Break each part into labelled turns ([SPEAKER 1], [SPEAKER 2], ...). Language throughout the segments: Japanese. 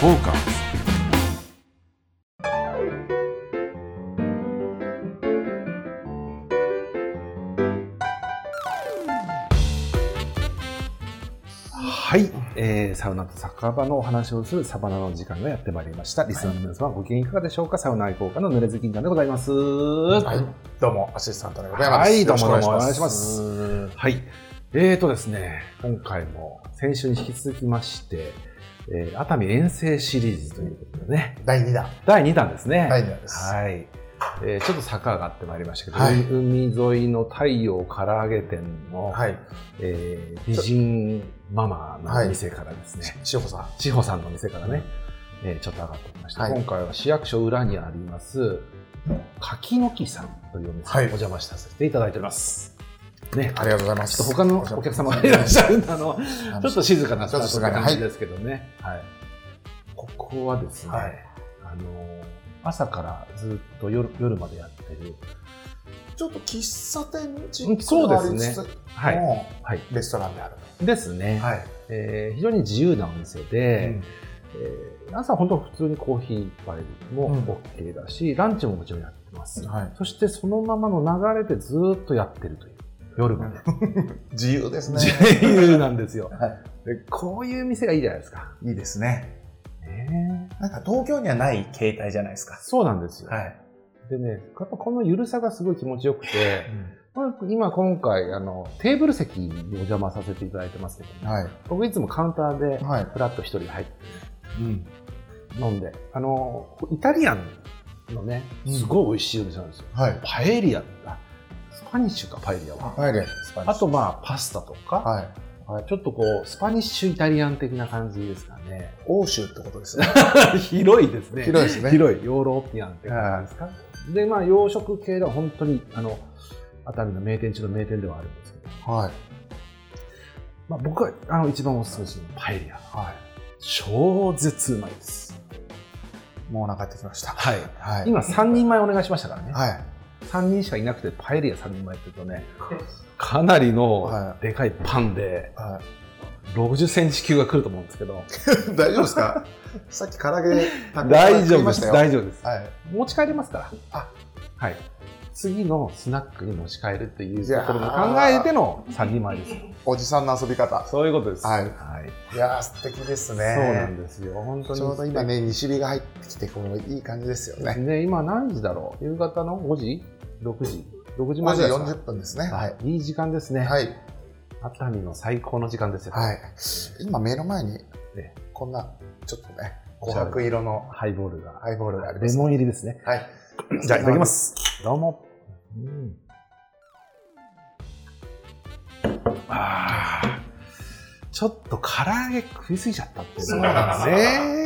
[SPEAKER 1] フォーカスはい、えー、サウナと酒場のお話をするサバナの時間がやってまいりました。リスナーの皆様、ご機嫌いかがでしょうかサウナ愛好家の濡れずきんがんでございます。は
[SPEAKER 2] はい、どうも、アシスタントでございます。
[SPEAKER 1] はい、どうもどう
[SPEAKER 2] よろしく
[SPEAKER 1] もお願いしま。す。はい。えーとですね、今回も先週に引き続きまして、えー熱海遠征シリーズということでね、
[SPEAKER 2] 第2弾。
[SPEAKER 1] 第2弾ですね。
[SPEAKER 2] 第2弾です。
[SPEAKER 1] はい。えーちょっと坂上がってまいりましたけど、
[SPEAKER 2] はい
[SPEAKER 1] 海沿いの太陽唐揚げ店の、
[SPEAKER 2] はい。
[SPEAKER 1] えー美人ママの店からですね、
[SPEAKER 2] しほさ
[SPEAKER 1] 志保さんの店からね、えーちょっと上がってきました、
[SPEAKER 2] はい
[SPEAKER 1] 今回は市役所裏にあります柿の木さんというお店
[SPEAKER 2] はい
[SPEAKER 1] にお邪魔させていただいております、ね
[SPEAKER 2] ん、ありがとうございま
[SPEAKER 1] ち
[SPEAKER 2] す。
[SPEAKER 1] ょっと他のお客様がいらっしゃるんだのは
[SPEAKER 2] ゃ
[SPEAKER 1] ちょっと静かなスター
[SPEAKER 2] ちょ
[SPEAKER 1] ト
[SPEAKER 2] っと静か
[SPEAKER 1] な
[SPEAKER 2] な
[SPEAKER 1] 感じですけどね、はいここはですね、
[SPEAKER 2] はい
[SPEAKER 1] あのー朝からずっと夜夜までやってる、
[SPEAKER 2] ちょっと喫茶店地
[SPEAKER 1] うんそうですね
[SPEAKER 2] ね。
[SPEAKER 1] はい
[SPEAKER 2] も
[SPEAKER 1] はい、
[SPEAKER 2] うレストランである。
[SPEAKER 1] ですね、
[SPEAKER 2] はい。
[SPEAKER 1] えー非常に自由なお店で、えー朝本当普通にコーヒー一杯も
[SPEAKER 2] うん
[SPEAKER 1] OK だし、ランチももちろんやってます、
[SPEAKER 2] はい
[SPEAKER 1] そしてそのままの流れでずっとやってるという夜まで
[SPEAKER 2] 自由ですね。
[SPEAKER 1] 自由なんですよ
[SPEAKER 2] は
[SPEAKER 1] でこういう店がいいじゃないですか、
[SPEAKER 2] い。いいですね。
[SPEAKER 1] ねえ、
[SPEAKER 2] なんか東京にはない形態じゃないですか。
[SPEAKER 1] そうなんですよ、
[SPEAKER 2] はい。
[SPEAKER 1] でねやっぱこのゆるさがすごい気持ちよくてまあ今今回あのテーブル席にお邪魔させていただいてますけど、ね、
[SPEAKER 2] はい。
[SPEAKER 1] 僕いつもカウンターで
[SPEAKER 2] はい。
[SPEAKER 1] フラッと一人で入って
[SPEAKER 2] うん。
[SPEAKER 1] 飲んであのイタリアンのね
[SPEAKER 2] うん
[SPEAKER 1] すごい美味しいお店なんですよ、
[SPEAKER 2] はい。
[SPEAKER 1] パエリアあスパニッシュかパエリアは
[SPEAKER 2] はい。スパニッ
[SPEAKER 1] あ
[SPEAKER 2] シ
[SPEAKER 1] とまあパスタと
[SPEAKER 2] ュ
[SPEAKER 1] か、
[SPEAKER 2] はい。
[SPEAKER 1] ちょっとこうスパニッシュイタリアン的な感じですかね
[SPEAKER 2] 欧州ってことですね。
[SPEAKER 1] 広いですね
[SPEAKER 2] 広いですね。
[SPEAKER 1] 広いヨーロピアンって感じですか、でまあ洋食系では本当にあの熱海の名店中の名店ではあるんですけど、
[SPEAKER 2] はい。
[SPEAKER 1] まあ、僕はあの一番おすすめするのはパエリア
[SPEAKER 2] は
[SPEAKER 1] 超絶うまいです、
[SPEAKER 2] い。もうお腹減ってきました。
[SPEAKER 1] はい
[SPEAKER 2] はい。
[SPEAKER 1] 今3人前お願いしましたからね、
[SPEAKER 2] はい。
[SPEAKER 1] 3人しかいなくてパエリア3人前って言うとねかなりの
[SPEAKER 2] は
[SPEAKER 1] でかいパンで、
[SPEAKER 2] はい。
[SPEAKER 1] 60センチ級が来ると思うんですけど、
[SPEAKER 2] 大丈夫ですかさっき唐揚げたくさん
[SPEAKER 1] 大丈
[SPEAKER 2] 食い
[SPEAKER 1] 夫で
[SPEAKER 2] ました
[SPEAKER 1] す、
[SPEAKER 2] よ
[SPEAKER 1] 大丈夫です。
[SPEAKER 2] はい、
[SPEAKER 1] 持ち帰れますから。
[SPEAKER 2] あ
[SPEAKER 1] はい。次のスナックに持ち帰るっていう
[SPEAKER 2] いや
[SPEAKER 1] と
[SPEAKER 2] ー
[SPEAKER 1] ころも考えての3人前ですよ。
[SPEAKER 2] おじさんの遊び方
[SPEAKER 1] そういうことです。
[SPEAKER 2] はい
[SPEAKER 1] はい。
[SPEAKER 2] いやー素敵です
[SPEAKER 1] そう
[SPEAKER 2] ね
[SPEAKER 1] なんですよ。本当に。
[SPEAKER 2] ちょうど今ね西日が入ってきてこのいい感じですよ
[SPEAKER 1] です
[SPEAKER 2] ね
[SPEAKER 1] ね。今何時だろう夕方の5時 ?6 時 ?6 時
[SPEAKER 2] 5
[SPEAKER 1] ま
[SPEAKER 2] 時
[SPEAKER 1] でです
[SPEAKER 2] 40分ですね
[SPEAKER 1] か
[SPEAKER 2] はい
[SPEAKER 1] いい時間ですね。
[SPEAKER 2] はい、
[SPEAKER 1] 熱海の最高の時間ですよ。
[SPEAKER 2] はい、今目の前に
[SPEAKER 1] ね
[SPEAKER 2] こんなちょっとね琥珀色の
[SPEAKER 1] ハイボールが。
[SPEAKER 2] ハイボールがありま
[SPEAKER 1] レ
[SPEAKER 2] す
[SPEAKER 1] モン入りですね。
[SPEAKER 2] はい
[SPEAKER 1] じゃあいただきますす。どうも。うん、ああ、ちょっと唐揚げ食いすぎちゃったっていうのがね。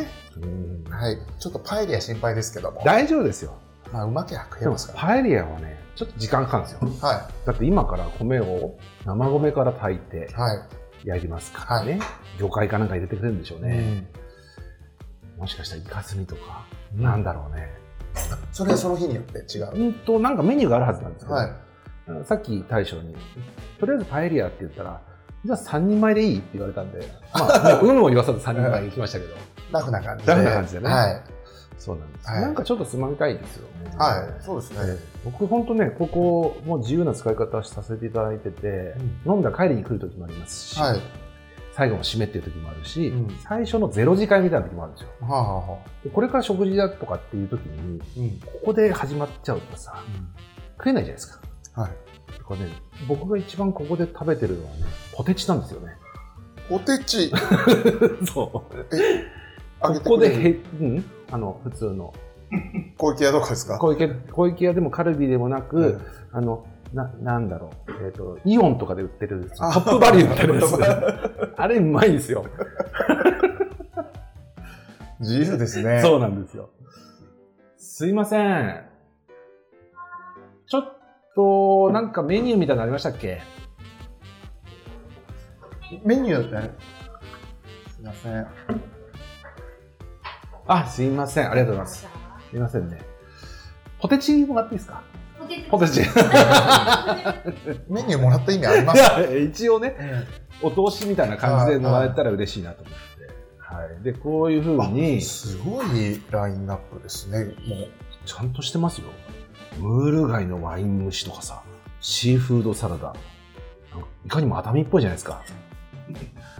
[SPEAKER 2] ね
[SPEAKER 1] うん
[SPEAKER 2] はいちょっとパエリア心配ですけども
[SPEAKER 1] 大丈夫ですよ。
[SPEAKER 2] まあうまきゃ食え
[SPEAKER 1] でも
[SPEAKER 2] ますから
[SPEAKER 1] パエリアはね、ちょっと時間かかるんですよ。
[SPEAKER 2] は
[SPEAKER 1] だって今から米を生米から炊いて
[SPEAKER 2] いはい、
[SPEAKER 1] やりますからね。魚介かなんか入れてくれるんでしょうね。もしかしたらイカスミとか、なんだろうね。
[SPEAKER 2] うんそれはその日によって違う、
[SPEAKER 1] うんと、なんかメニューがあるはずなんですけど、
[SPEAKER 2] はい
[SPEAKER 1] さっき大将に、とりあえずパエリアって言ったら、じゃあ3人前でいいって言われたんで、ま あ、もう有無を言わさず3人前行きましたけど、
[SPEAKER 2] ラフな感じで
[SPEAKER 1] ラフな感じでね
[SPEAKER 2] はい
[SPEAKER 1] そうなんです、
[SPEAKER 2] はい
[SPEAKER 1] なんかちょっとつまみたいですよね。
[SPEAKER 2] はい、そうです
[SPEAKER 1] ええ。僕、本当ね、ここ、もう自由な使い方させていただいてて、飲んだら帰りに来る時もありますし、
[SPEAKER 2] はい。
[SPEAKER 1] 最後の締めっていう時もあるし、
[SPEAKER 2] うん
[SPEAKER 1] 最初のゼロ次会みたいな時もあるんですよ。
[SPEAKER 2] はあ、はあはあ、
[SPEAKER 1] でこれから食事だとかっていう時に、
[SPEAKER 2] うん。
[SPEAKER 1] ここで始まっちゃうとさ、食えないじゃないですか。
[SPEAKER 2] はい。
[SPEAKER 1] だからね、僕が一番ここで食べてるのはね、ポテチなんですよね。
[SPEAKER 2] ポテチ、
[SPEAKER 1] そう。
[SPEAKER 2] あ
[SPEAKER 1] こ
[SPEAKER 2] げて
[SPEAKER 1] こ
[SPEAKER 2] く
[SPEAKER 1] で
[SPEAKER 2] れる
[SPEAKER 1] へ、うん、あの、普通の。
[SPEAKER 2] 小池屋どこですか
[SPEAKER 1] 小池、小池屋でもカルビーでもなく、
[SPEAKER 2] うん
[SPEAKER 1] あの、な、なんだろう。えっ、と、イオンとかで売ってる、ト
[SPEAKER 2] あ
[SPEAKER 1] ップバリューで売 ってるやつ
[SPEAKER 2] トッ。
[SPEAKER 1] あれうまいんですよ。
[SPEAKER 2] 自由ですね
[SPEAKER 1] そうなんですよ。すいません。ちょっと、なんかメニューみたいなのありましたっけ
[SPEAKER 2] メニューって。すいません。は
[SPEAKER 1] あ、すいません。ありがとうございます。すいませんね。ポテチもらっていいですか
[SPEAKER 3] ポテチ。
[SPEAKER 1] ポテチ。い
[SPEAKER 2] いメニューもらった意味あります。
[SPEAKER 1] や、一応ね。お通しみたいな感じでもらえたら嬉しいなと思って。はい、でこういうふうに
[SPEAKER 2] すごいラインナップですね。もう、
[SPEAKER 1] ちゃんとしてますよムール貝のワイン蒸しとかさシーフードサラダなんかいかにも熱海っぽいじゃないですか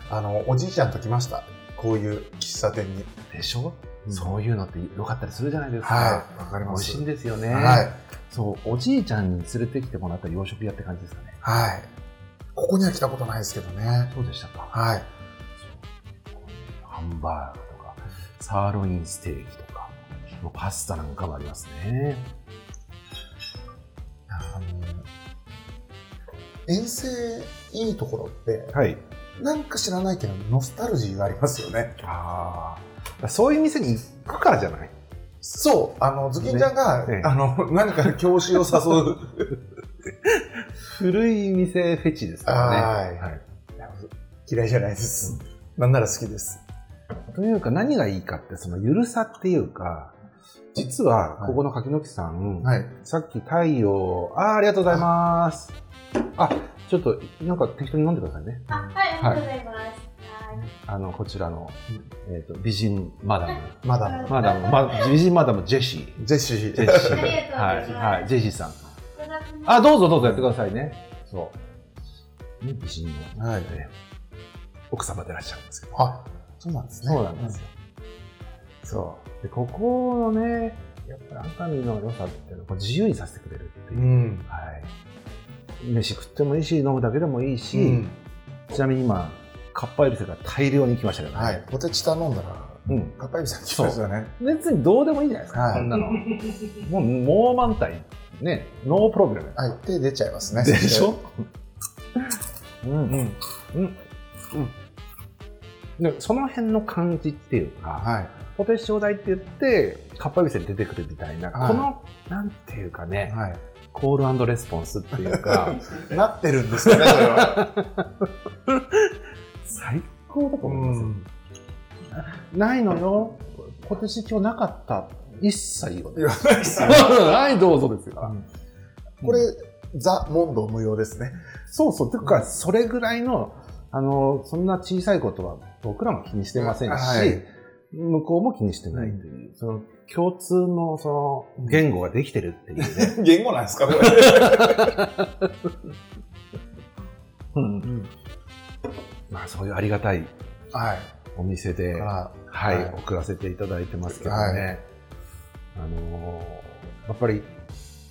[SPEAKER 2] あの、おじいちゃんと来ました。こういう喫茶店に。
[SPEAKER 1] でしょ、そういうのって良かったりするじゃないですか、
[SPEAKER 2] はい。わかり
[SPEAKER 1] 美
[SPEAKER 2] ま
[SPEAKER 1] 味
[SPEAKER 2] す。
[SPEAKER 1] しいんですよね、
[SPEAKER 2] はい。
[SPEAKER 1] そうおじいちゃんに連れてきてもらった洋食屋って感じですかね
[SPEAKER 2] はい。ここには来たことないですけどね。
[SPEAKER 1] そうでしたか
[SPEAKER 2] はい。
[SPEAKER 1] ハンバーグとか、サーロインステーキとか、もうパスタなんかもありますね。
[SPEAKER 2] あの、遠征いいところって、
[SPEAKER 1] はい。
[SPEAKER 2] なんか知らないけど、ノスタルジーがありますよね。
[SPEAKER 1] ああ。そういう店に行くからじゃない
[SPEAKER 2] そう、あの、ズキンちゃんが、
[SPEAKER 1] ねええ
[SPEAKER 2] あの、 何か教師を 誘う。
[SPEAKER 1] 古い店フェチですからね。
[SPEAKER 2] は
[SPEAKER 1] はい、
[SPEAKER 2] 嫌いじゃないです。なんなら好きです。
[SPEAKER 1] というか何がいいかって、そのゆるさっていうか、実は、ここの柿の木さん、
[SPEAKER 2] はい。
[SPEAKER 1] さっき太陽、あーありがとうございます。あ、ちょっと、なんか適当に飲んでくださいね。
[SPEAKER 3] あ、はい、ありがとうございます。はい
[SPEAKER 1] あの、こちらの、えっ、と、美人マダム。
[SPEAKER 2] まだ、
[SPEAKER 1] マダム、ま、美人マダム、ジェシー。
[SPEAKER 2] ジェシー。
[SPEAKER 1] ジェシー。
[SPEAKER 3] ありがとうございます
[SPEAKER 1] はい、はい、ジェシーさん。
[SPEAKER 3] いただきます。
[SPEAKER 1] あ、どうぞどうぞやってくださいね。そう。美人の、
[SPEAKER 2] はい。
[SPEAKER 1] ね奥様でいらっしゃるんですけど。
[SPEAKER 2] あ、そうなんですね。
[SPEAKER 1] そうなんですよ。そう。で、ここのね、やっぱり熱海の良さっていうのはこう自由にさせてくれるって
[SPEAKER 2] う
[SPEAKER 1] いう。
[SPEAKER 2] ん。
[SPEAKER 1] はい。飯食ってもいいし、飲むだけでもいいし、
[SPEAKER 2] うん。
[SPEAKER 1] ちなみに今、カッパエビセが大量に来ましたけどね。
[SPEAKER 2] はい。ポテチ頼んだら、
[SPEAKER 1] うん。
[SPEAKER 2] カッパエビさん来ましたね。
[SPEAKER 1] 別にどうでもいいじゃないですか、
[SPEAKER 2] はい
[SPEAKER 1] こんなの。もう、もう満タイ。ね、ノープログラム。
[SPEAKER 2] はい。手出ちゃいますね。
[SPEAKER 1] でしょうん
[SPEAKER 2] うん。
[SPEAKER 1] うん。で、その辺の感じっていうか、
[SPEAKER 2] はい。
[SPEAKER 1] ポテチちょうだいって言って、かっぱ店に出てくるみたいな、
[SPEAKER 2] はい
[SPEAKER 1] この、なんていうかね、
[SPEAKER 2] は
[SPEAKER 1] コールレスポンスっていうか、
[SPEAKER 2] い。なってるんですよね、それ は。
[SPEAKER 1] 最高だと思いますよ。ないのよ、ポテチ今日なかった。一切言わない。
[SPEAKER 2] 言わないですよ。
[SPEAKER 1] はい、どうぞですよ。
[SPEAKER 2] これ、ザ・モンド無用ですね。
[SPEAKER 1] そうそう。てか、それぐらいの、あの、そんな小さいことは僕らも気にしてませんし、
[SPEAKER 2] はい
[SPEAKER 1] 向こうも気にしてないという、その共通のその言語ができてるっていうね。
[SPEAKER 2] 言語なんですか、これ。
[SPEAKER 1] まあ、そういうありがたい
[SPEAKER 2] はい。
[SPEAKER 1] お店で、
[SPEAKER 2] だか
[SPEAKER 1] は
[SPEAKER 2] ら
[SPEAKER 1] い、
[SPEAKER 2] はい
[SPEAKER 1] 送らせていただいてますけどね。
[SPEAKER 2] はい
[SPEAKER 1] あのーやっぱり、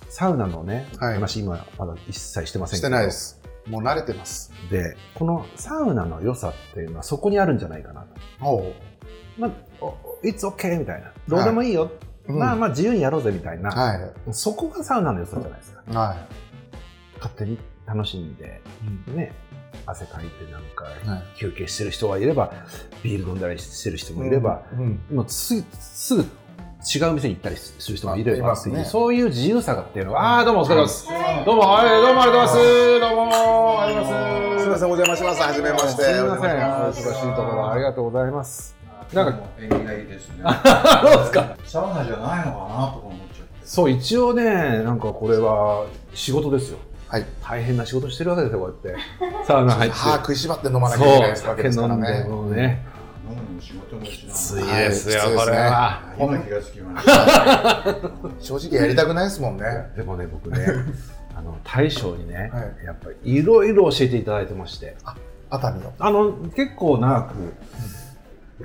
[SPEAKER 1] サウナのね、
[SPEAKER 2] はい
[SPEAKER 1] 話今まだ一切してません
[SPEAKER 2] し
[SPEAKER 1] けど
[SPEAKER 2] てないで。す。もう慣れてます。
[SPEAKER 1] で、このサウナの良さっていうのはそこにあるんじゃないかなと。
[SPEAKER 2] おう。
[SPEAKER 1] まあ、お It's okay みたいな。どうでもいいよ。
[SPEAKER 2] うん
[SPEAKER 1] まあまあ自由にやろうぜみたいな。
[SPEAKER 2] は
[SPEAKER 1] そこがサウナの良さじゃないですか。
[SPEAKER 2] い。は
[SPEAKER 1] 勝手に楽しんで、ね、汗かいてなんか
[SPEAKER 2] い。はい。
[SPEAKER 1] 休憩してる人がいれば、ビール飲んだりしてる人もいれば、
[SPEAKER 2] うん、
[SPEAKER 1] もうすぐ、すぐ違う店に行ったりする人もいれば
[SPEAKER 2] あいま
[SPEAKER 1] って
[SPEAKER 2] す
[SPEAKER 1] い
[SPEAKER 2] ね
[SPEAKER 1] う、そういう自由さがっていうのは、ああ、どうもお疲れ様です。
[SPEAKER 3] はい
[SPEAKER 1] どうも、はい、どうもありがとうございます。どうも、ありがとうご
[SPEAKER 2] すみ
[SPEAKER 1] ざいます。
[SPEAKER 2] ません、お邪魔します。はじめまして。
[SPEAKER 1] すみません、お忙しいところありがとうございます。なんか、
[SPEAKER 4] 縁起がいいです ね。
[SPEAKER 1] どうですか
[SPEAKER 4] サウナじゃないのかなとか思っちゃって。
[SPEAKER 1] そう一応ねなんかこれは仕事ですよ
[SPEAKER 2] はい。
[SPEAKER 1] 大変な仕事してるわけですよこうやってサウナ入って
[SPEAKER 2] 歯食いしばって飲まなきゃいけない
[SPEAKER 1] そう
[SPEAKER 2] わけ
[SPEAKER 1] 酒
[SPEAKER 2] です
[SPEAKER 1] 飲
[SPEAKER 2] から
[SPEAKER 1] んで
[SPEAKER 2] ね。
[SPEAKER 1] もうね
[SPEAKER 4] 飲むのも仕事もし
[SPEAKER 1] き
[SPEAKER 4] ない。
[SPEAKER 1] つい
[SPEAKER 2] い
[SPEAKER 1] ですよ
[SPEAKER 2] きついですね
[SPEAKER 1] これは
[SPEAKER 4] あ今気がつきました。
[SPEAKER 2] 正直やりたくないですもんね。
[SPEAKER 1] でもね僕ねあの大将にね、
[SPEAKER 2] はい
[SPEAKER 1] やっぱりいろいろ教えていただいてまして
[SPEAKER 2] 熱海の。
[SPEAKER 1] あの結構長く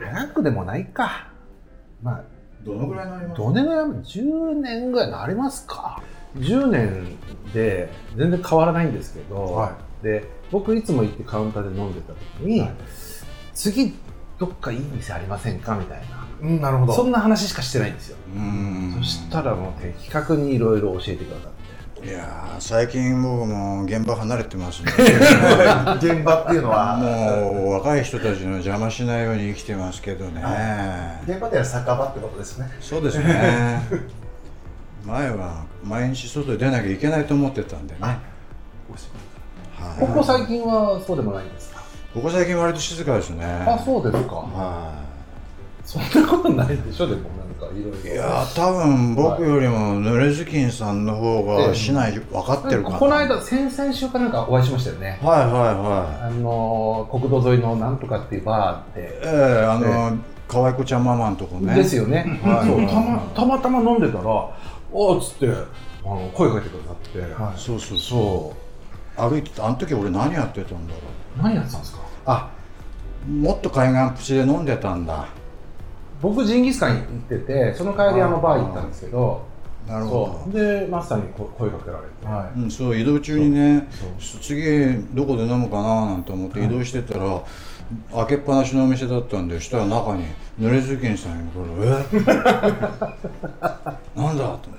[SPEAKER 1] 長くでもないかまあ
[SPEAKER 4] どのぐらい飲みます
[SPEAKER 1] どれぐらい10年ぐらいになりますか10年で全然変わらないんですけど、
[SPEAKER 2] は
[SPEAKER 1] で僕いつも行ってカウンターで飲んでた時に、
[SPEAKER 2] はい
[SPEAKER 1] 次どっかいい店ありませんかみたいな
[SPEAKER 2] うん、なるほ
[SPEAKER 1] そ
[SPEAKER 2] ど。
[SPEAKER 1] んな話しかしてないんですよ、
[SPEAKER 4] うーん
[SPEAKER 1] そしたらもう的確にいろいろ教えてくださっ
[SPEAKER 4] いやー最近僕も現場離れてます ね
[SPEAKER 2] 現場っていうのは、
[SPEAKER 4] もう若い人たちの邪魔しないように生きてますけどね、
[SPEAKER 2] 現場では酒場ってことですね。
[SPEAKER 4] そうですね前は毎日外に出なきゃいけないと思ってたんでね、
[SPEAKER 1] て、ここ
[SPEAKER 4] はい、
[SPEAKER 1] 最近はそうでもないんですか、
[SPEAKER 4] ここ最近割と静かですね
[SPEAKER 1] あそうですか、
[SPEAKER 4] は
[SPEAKER 1] そんなことないでしょでもなんかいろいろ
[SPEAKER 4] いやー多分僕よりも濡れずきんさんの方
[SPEAKER 1] え
[SPEAKER 4] が
[SPEAKER 1] え
[SPEAKER 4] 市内分かってるかな
[SPEAKER 1] この間先々週かなんかお会いしましたよね
[SPEAKER 4] はいは
[SPEAKER 1] あのー国道沿いのなんとかっていうバー
[SPEAKER 4] い
[SPEAKER 1] で
[SPEAKER 4] はいええあの可愛子ちゃんママのとこね
[SPEAKER 1] ですよね、
[SPEAKER 4] はい
[SPEAKER 1] そうたまたまたま飲んでたら「おっ」つってあの声かけてくださって、
[SPEAKER 2] は
[SPEAKER 4] そうそうそう
[SPEAKER 1] そ
[SPEAKER 4] 歩いてたあの時俺何やってたんだろう
[SPEAKER 1] う何やってたんですか
[SPEAKER 4] あもっと海岸プチで飲んでたんだ
[SPEAKER 1] 僕ジンギスカン行っててその帰りあのバー行ったんですけど
[SPEAKER 4] なるほ
[SPEAKER 1] そうでマスターにこ声かけられて、
[SPEAKER 2] い。は
[SPEAKER 4] どうんそう移動中にね
[SPEAKER 1] そう
[SPEAKER 4] 次どこで飲むかななんて思って移動してたら、開けっぱなしのお店だったんでしたら中に濡れずきんさんがいるから「えなんだ?」と思って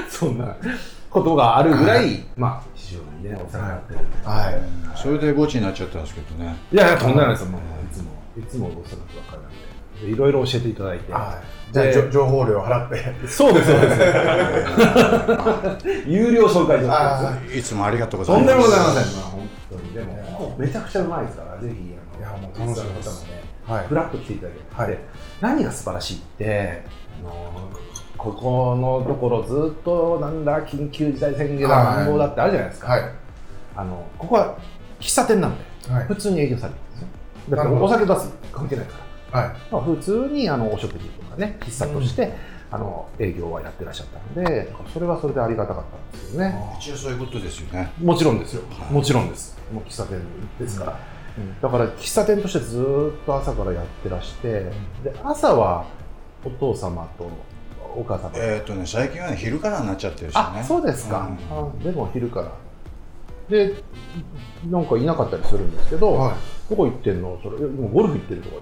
[SPEAKER 1] そんなことがあるぐらい、まあ非常にねお世話になってる、
[SPEAKER 2] い。はい。
[SPEAKER 4] それでゴチになっちゃったんですけどね
[SPEAKER 1] い、やいやとんでもないですもういつもいつもご世話になってばっかりなんでいろいろ教えていただいて
[SPEAKER 2] はい。じゃあ
[SPEAKER 1] で
[SPEAKER 2] じょ、情報料払って。
[SPEAKER 1] そうですそうです 有料紹介所
[SPEAKER 2] あ
[SPEAKER 4] いつもありがとうござ
[SPEAKER 1] と
[SPEAKER 4] い
[SPEAKER 1] ん
[SPEAKER 4] ます
[SPEAKER 1] でもございませんまあ本当にでもめちゃくちゃうまいですからぜひあの
[SPEAKER 2] いやもう楽しみです
[SPEAKER 1] 実はの方もね
[SPEAKER 2] はい
[SPEAKER 1] フ。ラッと来ていただけて、
[SPEAKER 2] はい
[SPEAKER 1] で何が素晴らしいってあのここのところずっとなんだ緊急事態宣言だ
[SPEAKER 2] はい
[SPEAKER 1] 乱暴だってあるじゃないですか、
[SPEAKER 2] はい。
[SPEAKER 1] あのここは喫茶店なんで
[SPEAKER 2] はい
[SPEAKER 1] 普。通に営業されてるんですよだ
[SPEAKER 2] な
[SPEAKER 1] か
[SPEAKER 2] る
[SPEAKER 1] ら
[SPEAKER 2] ほど
[SPEAKER 1] お酒出す関係ないから、
[SPEAKER 2] は
[SPEAKER 1] まあ、普通にあのお食事とかね喫茶として、あの営業はやってらっしゃったのでそれはそれでありがたかったんですよね
[SPEAKER 2] い。
[SPEAKER 4] 一応そういうことですよね
[SPEAKER 1] もちろんですよ、
[SPEAKER 4] はい
[SPEAKER 1] もちろんです、もう喫茶店ですから、うんだから喫茶店としてずーっと朝からやってらして、で朝はお父様とお母様、
[SPEAKER 4] えっ、とね最近はね昼からになっちゃってるしね
[SPEAKER 1] あそうですか、
[SPEAKER 4] うん
[SPEAKER 1] あでも昼から、で、なんかいなかったりするんですけど、
[SPEAKER 2] はい。
[SPEAKER 1] どこ行ってんの、それ、いやもうゴルフ行ってるとか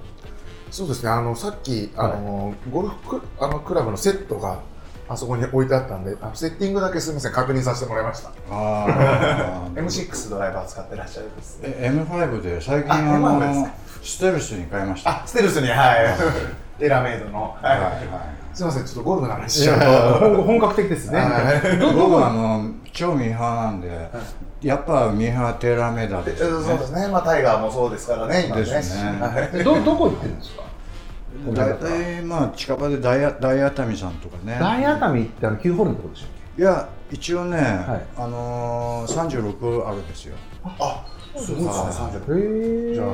[SPEAKER 2] そうですね、あのさっき、あのゴルフクあのクラブのセットがあそこに置いてあったんで、あセッティングだけすみません、確認させてもらいました。
[SPEAKER 4] あ ー
[SPEAKER 2] M6 ドライバー使ってらっしゃるんです。
[SPEAKER 4] え M5 で最近
[SPEAKER 2] あ
[SPEAKER 4] あ
[SPEAKER 2] M5 です
[SPEAKER 4] の
[SPEAKER 2] ね
[SPEAKER 4] ステルスに変えました
[SPEAKER 2] あステルスに、はい、テラメイドの、
[SPEAKER 4] はい
[SPEAKER 2] は
[SPEAKER 4] はい
[SPEAKER 2] い、すみません、ちょっとゴルフの話しちゃうと。
[SPEAKER 1] 本本格的ですね。
[SPEAKER 2] はい
[SPEAKER 1] ど
[SPEAKER 4] 僕
[SPEAKER 1] ど
[SPEAKER 4] はあの超ミーハーなんで、やっぱミーハーテーラーメイダーですよ
[SPEAKER 2] そう
[SPEAKER 4] ね
[SPEAKER 2] ですね、まあ、タイガーもそうですからね、今ね。
[SPEAKER 4] ですね
[SPEAKER 2] はい
[SPEAKER 1] こどどこ行ってるんですか
[SPEAKER 4] 大体まあ近場で大熱大熱海さんとかね
[SPEAKER 1] 大熱海ってあの9ホールのとこでしょ
[SPEAKER 4] いや一応ね、
[SPEAKER 1] い
[SPEAKER 4] あのー、36あるんですよ
[SPEAKER 2] あすごいですね、三十。
[SPEAKER 1] へー
[SPEAKER 2] じゃあ、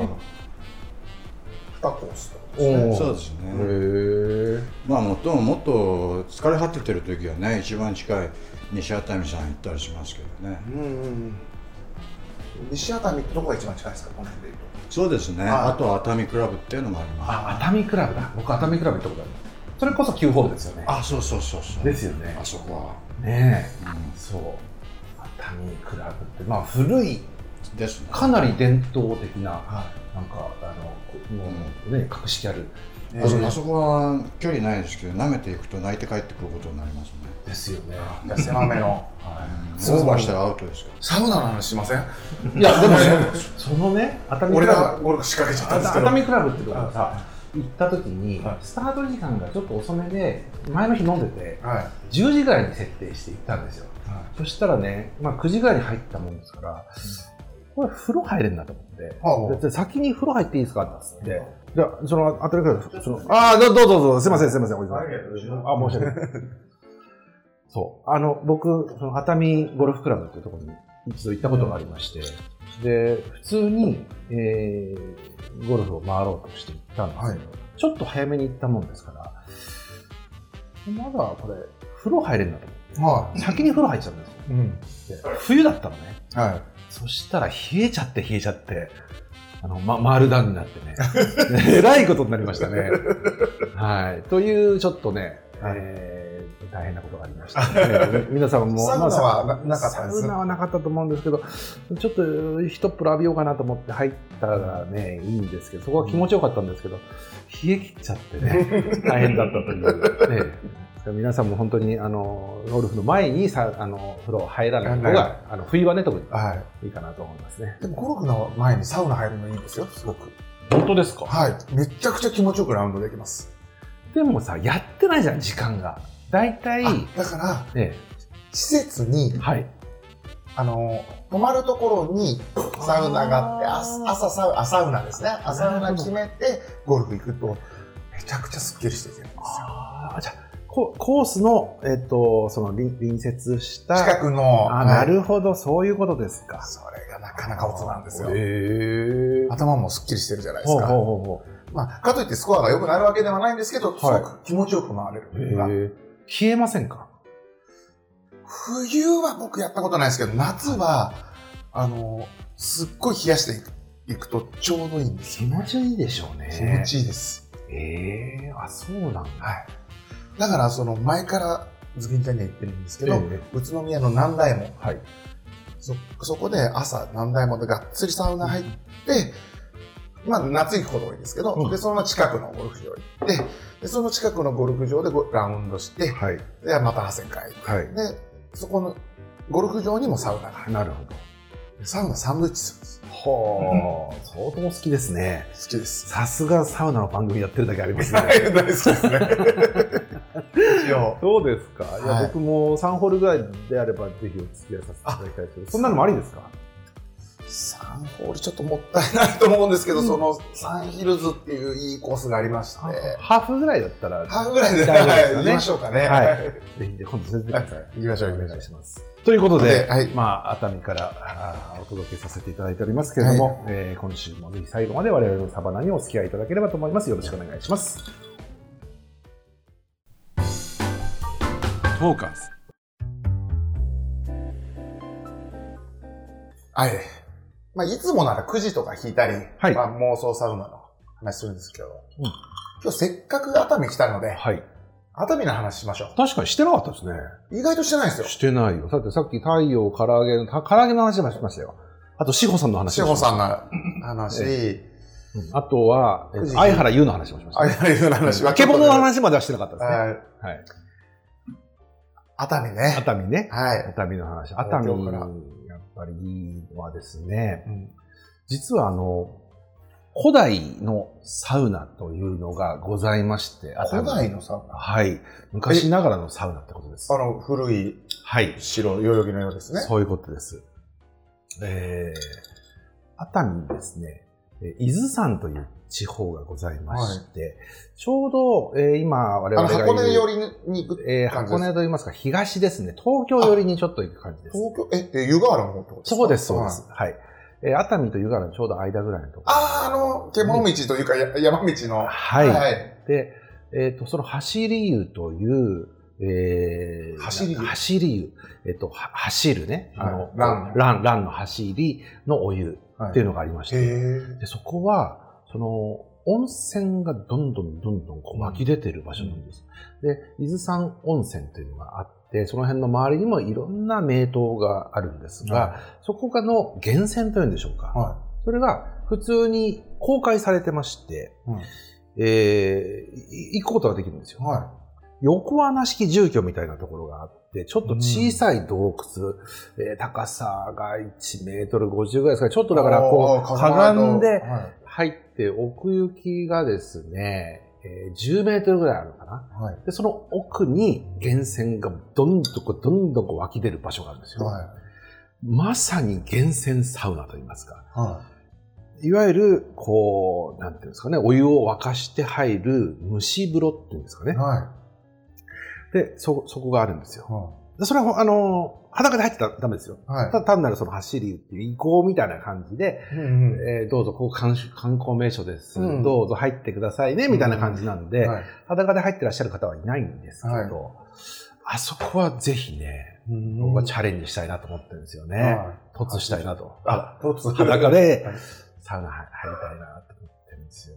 [SPEAKER 2] 2コースってことですね。
[SPEAKER 1] おー
[SPEAKER 4] そうですね
[SPEAKER 1] へえ
[SPEAKER 4] まあもっとももっと疲れ果ててる時はね一番近い西熱海さん行ったりしますけどね
[SPEAKER 2] うんうんうん。西熱海ってどこが一番近いですか、この辺でいうと。
[SPEAKER 4] そうですね
[SPEAKER 2] あ
[SPEAKER 4] あと熱海クラブっていうのもあります
[SPEAKER 1] あ熱海クラブだ僕熱海クラブ行ったことあるそれこそ9ホールですよね
[SPEAKER 4] あそうそうそうそう
[SPEAKER 1] ですよね
[SPEAKER 4] あそこは、
[SPEAKER 1] ねえ
[SPEAKER 4] う
[SPEAKER 1] そう熱海クラブってまあ古い
[SPEAKER 4] ん、ですね
[SPEAKER 1] かなり伝統的な
[SPEAKER 2] は
[SPEAKER 1] なんかあのこもうね格式ある
[SPEAKER 2] い
[SPEAKER 4] あそあそこは距離ないですけど舐めていくと泣いて帰ってくることになりますね、
[SPEAKER 1] ですよね
[SPEAKER 2] じゃあ狭めの。
[SPEAKER 4] うん、オーバーしたらアウトですか
[SPEAKER 2] サウナの話しません
[SPEAKER 1] いやでもねそのね熱海ク
[SPEAKER 2] 俺ら
[SPEAKER 1] ラ
[SPEAKER 2] が
[SPEAKER 1] ブ
[SPEAKER 2] ゴルフ仕掛けちゃったんです
[SPEAKER 1] 熱
[SPEAKER 2] けど。
[SPEAKER 1] 海クラブってところがさ行った時に
[SPEAKER 2] はい
[SPEAKER 1] スタート時間がちょっと遅めで前の日飲んでて
[SPEAKER 2] はい。
[SPEAKER 1] 10時ぐらいに設定して行ったんですよそしたらね、まあ、9時ぐらいに入ったもんですから、これ風呂入れんなと思って。
[SPEAKER 2] は
[SPEAKER 1] で先に風呂入っていいですかって言って。じゃあ、その、当たりくらい、その、ああ、どうぞどうぞ、すいません、すいません、おじさん。
[SPEAKER 2] ありがとうございま
[SPEAKER 1] あ、申し訳ない。 そう。あの、僕、その、熱海ゴルフクラブっていうところに一度行ったことがありまして、で、普通に、えー、ゴルフを回ろうとして行ったんですけど、
[SPEAKER 2] はい
[SPEAKER 1] ちょっと早めに行ったもんですから、まだこれ、風呂入れんなと思
[SPEAKER 2] い。は
[SPEAKER 1] って。先に風呂入っちゃうんですよ。
[SPEAKER 2] い。うん。
[SPEAKER 1] で冬だったのね
[SPEAKER 2] はい。
[SPEAKER 1] そしたら冷えちゃって冷えちゃってあの、ま、丸段になってね えらいことになりましたねはいというちょっとね、えー大変なことがありました、 ね、皆さんも
[SPEAKER 2] サウナは
[SPEAKER 1] まあ
[SPEAKER 2] ななかったです
[SPEAKER 1] サウナはなかったと思うんですけどちょっと一っ風呂浴びようかなと思って入ったらねいいんですけどそこは気持ちよかったんですけど冷え切っちゃって ね大変だったという、ね皆さんも本当にあのゴルフの前にさあの風呂入らない方があの冬はね特に
[SPEAKER 2] はい
[SPEAKER 1] いかなと思いますね。
[SPEAKER 2] でも、ゴルフの前にサウナ入るのいいんですよ、すごく。
[SPEAKER 1] 本当ですか
[SPEAKER 2] はい。めちゃくちゃ気持ちよくラウンドできます。
[SPEAKER 1] でもさ、やってないじゃん、時間が。大体、
[SPEAKER 2] あだから、
[SPEAKER 1] え
[SPEAKER 2] 施設に
[SPEAKER 1] え、はい。
[SPEAKER 2] あの、泊まるところにサウナがあって、
[SPEAKER 3] あ
[SPEAKER 2] 朝
[SPEAKER 3] ー
[SPEAKER 2] 朝サウあサウナですね。朝サウナ決めて、ゴルフ行くと、めめちゃくちゃすっきりしてて
[SPEAKER 1] ああ、じゃあココースの、えっと、その隣隣接した。
[SPEAKER 2] 近くの
[SPEAKER 1] あ、
[SPEAKER 2] は
[SPEAKER 1] ないるほど、そういうことですか。
[SPEAKER 2] それがなかなかオツなんですよ
[SPEAKER 1] へえ
[SPEAKER 2] 頭もすっきりしてるじゃないで
[SPEAKER 1] ほ
[SPEAKER 2] す
[SPEAKER 1] う
[SPEAKER 2] か
[SPEAKER 1] ほうほうほ
[SPEAKER 2] まあ、かといってスコアが良くなるわけではないんですけど、
[SPEAKER 1] い
[SPEAKER 2] すごく気持ちよく回れると
[SPEAKER 1] う。
[SPEAKER 2] いう
[SPEAKER 1] へ
[SPEAKER 2] か、
[SPEAKER 1] え消えませんか
[SPEAKER 2] 冬は僕やったことないですけど、夏は、あの、すっごい冷やしていくいくとちょうどいいんです
[SPEAKER 1] 気
[SPEAKER 2] よ。
[SPEAKER 1] 持ちいいでしょうね。
[SPEAKER 2] 気持ち
[SPEAKER 1] いい。
[SPEAKER 2] いいです。
[SPEAKER 1] ええあ、そうなんだ。
[SPEAKER 2] はい。だから、その前からズキンちゃんには言ってるんですけど、
[SPEAKER 1] え
[SPEAKER 2] 宇都宮の南大門。
[SPEAKER 1] はい。
[SPEAKER 2] そ、そこで朝南大門でがっつりサウナ入って、まあ夏行くことが多いんですけど、
[SPEAKER 1] うん
[SPEAKER 2] で、その近くのゴルフ場行って、で、その近くのゴルフ場でごラウンドして、
[SPEAKER 1] はい。
[SPEAKER 2] で、また汗かいて、
[SPEAKER 1] は
[SPEAKER 2] で、そこのゴルフ場にもサウナがある。
[SPEAKER 1] なるほど。
[SPEAKER 2] サウナサンドイッチするんです。
[SPEAKER 1] はあ、相当好きですね。
[SPEAKER 2] 好きです。
[SPEAKER 1] さすがサウナの番組やってるだけありますね。
[SPEAKER 2] 大好き ですね。一応。
[SPEAKER 1] そうですか。いや、
[SPEAKER 2] はい
[SPEAKER 1] 僕も3ホールぐらいであれば、ぜひお付き合いさせていただきたいですけど、そんなのもありですか
[SPEAKER 2] 3ホールちょっともったいないと思うんですけど、そのサンヒルズっていういいコースがありまして、
[SPEAKER 1] ハーフぐらいだったら、
[SPEAKER 2] 半ぐらいで、
[SPEAKER 1] 大丈夫ですよ
[SPEAKER 2] はい
[SPEAKER 1] ね
[SPEAKER 2] 行きましょうかね。
[SPEAKER 1] はい
[SPEAKER 2] はい
[SPEAKER 1] ぜひ、今度先生ください。
[SPEAKER 2] 行きましょう、
[SPEAKER 1] お
[SPEAKER 2] 行き
[SPEAKER 1] 願
[SPEAKER 2] ま
[SPEAKER 1] い
[SPEAKER 2] し
[SPEAKER 1] し
[SPEAKER 2] ょ
[SPEAKER 1] ます。ということで、
[SPEAKER 2] ではい
[SPEAKER 1] まあ、熱海からあーお届けさせていただいておりますけれども、えー今週もぜひ最後まで我々のサバナにお付き合いいただければと思います。よろしくお願いします。トーカーズ。
[SPEAKER 2] う。はい。まあ、いつもならくじとか引いたり、
[SPEAKER 1] はい
[SPEAKER 2] まあ、妄想サウナの話するんですけど、
[SPEAKER 1] うん
[SPEAKER 2] 今日せっかく熱海来たので、
[SPEAKER 1] はい。
[SPEAKER 2] 熱海の話しましょ
[SPEAKER 1] 確かにしてなかったですね。
[SPEAKER 2] う。意外としてないんですよ。
[SPEAKER 1] してないよ。だってさっき太陽唐揚げの、た唐揚げの話もしましたよ。あと、志保さんの話
[SPEAKER 2] 志
[SPEAKER 1] もしまし
[SPEAKER 2] 保
[SPEAKER 1] た
[SPEAKER 2] さんの話、
[SPEAKER 1] うんあとは、えっと
[SPEAKER 2] 富士
[SPEAKER 1] 相原優の話もしました
[SPEAKER 2] あ
[SPEAKER 1] ね。
[SPEAKER 2] やいうの話
[SPEAKER 1] あけぼのの話まではしてなかったですね。
[SPEAKER 2] はい
[SPEAKER 1] はい。
[SPEAKER 2] 熱海ね。
[SPEAKER 1] 熱海ね。
[SPEAKER 2] はい。
[SPEAKER 1] 熱海の話。熱
[SPEAKER 2] 東京
[SPEAKER 1] 海
[SPEAKER 2] から
[SPEAKER 1] やっぱりはですね、実はあの、古代のサウナというのがございまして、熱
[SPEAKER 2] 古
[SPEAKER 1] 海
[SPEAKER 2] 代のサウナ。
[SPEAKER 1] はい。昔ながらのサウナってことです
[SPEAKER 2] あ。の、古い
[SPEAKER 1] はい。
[SPEAKER 2] 白、代々木のようですね。
[SPEAKER 1] そういうことです。えー、熱海にですね、えー伊豆山という地方がございまして、ちょうど、えー今我
[SPEAKER 2] あ
[SPEAKER 1] 々
[SPEAKER 2] の、
[SPEAKER 1] がいる
[SPEAKER 2] 箱根寄りに行く。
[SPEAKER 1] えー
[SPEAKER 2] 感じ
[SPEAKER 1] 箱根と言いますか、東ですね。東京寄りにちょっと行く感じです。
[SPEAKER 2] 東京、え、え湯河原の方ってこと
[SPEAKER 1] そうです、
[SPEAKER 2] か
[SPEAKER 1] そうで。す
[SPEAKER 2] はい。
[SPEAKER 1] はい。えー熱海と湯河原のちょうど間ぐらいのところ。
[SPEAKER 2] あー、あの、獣道というか、や山道の。
[SPEAKER 1] はい。
[SPEAKER 2] はい。
[SPEAKER 1] で、えっ、と、その走り湯という、えー、
[SPEAKER 2] 走り湯
[SPEAKER 1] 走り湯。えっ、と、は走るね。あの、
[SPEAKER 2] ラン
[SPEAKER 1] ラン、ランの走りのお湯っていうのがありまして、
[SPEAKER 2] へ
[SPEAKER 1] でそこは、その、温泉がどんどんどんどんこう湧き出てる場所なんです。で、伊豆山温泉というのがあって、その辺の周りにもいろんな名湯があるんですが、
[SPEAKER 2] は
[SPEAKER 1] そこがの源泉というんでしょうか。
[SPEAKER 2] は
[SPEAKER 1] それが普通に公開されてまして、
[SPEAKER 2] うん
[SPEAKER 1] えーい行くことができるんですよ。
[SPEAKER 2] い。は
[SPEAKER 1] 横穴式住居みたいなところがあって、ちょっと小さい洞窟、えー高さが1メートル50ぐらいですかね、ちょっ
[SPEAKER 2] い。
[SPEAKER 1] とだからこう、
[SPEAKER 2] おー
[SPEAKER 1] かがんで
[SPEAKER 2] 風間と
[SPEAKER 1] 入って奥行きがですね、えー10メートルぐらいあるのかな。
[SPEAKER 2] はい。
[SPEAKER 1] で、その奥に源泉がどんどんこうどんどんこう湧き出る場所があるんですよ。
[SPEAKER 2] はい。
[SPEAKER 1] まさに源泉サウナといいますか。
[SPEAKER 2] はい
[SPEAKER 1] わゆる、こう、なんていうんですかね、お湯を沸かして入る蒸し風呂っていうんですかね
[SPEAKER 2] い。。は
[SPEAKER 1] で、そ、そこがあるんです
[SPEAKER 2] い。
[SPEAKER 1] よ。
[SPEAKER 2] は
[SPEAKER 1] でそれは、あの、裸で入ってたらダメですよ。
[SPEAKER 2] い。はい
[SPEAKER 1] ただ単なるその走り湯っていう意向みたいな感じで、
[SPEAKER 2] うんうん
[SPEAKER 1] えーどうぞ、ここ観観光名所です、
[SPEAKER 2] うん
[SPEAKER 1] どうぞ入ってくださいね、みたいな感じなんで、
[SPEAKER 2] はい
[SPEAKER 1] 裸で入ってらっしゃる方はいないんですけど、
[SPEAKER 2] はい
[SPEAKER 1] あそこはぜひね、
[SPEAKER 2] うん
[SPEAKER 1] 僕はチャレンジしたいなと思ってるんですよね。
[SPEAKER 2] はい
[SPEAKER 1] 突したいなと。
[SPEAKER 2] あ、とつ
[SPEAKER 1] 裸でサウナ入入りたいなと思ってるんですよ。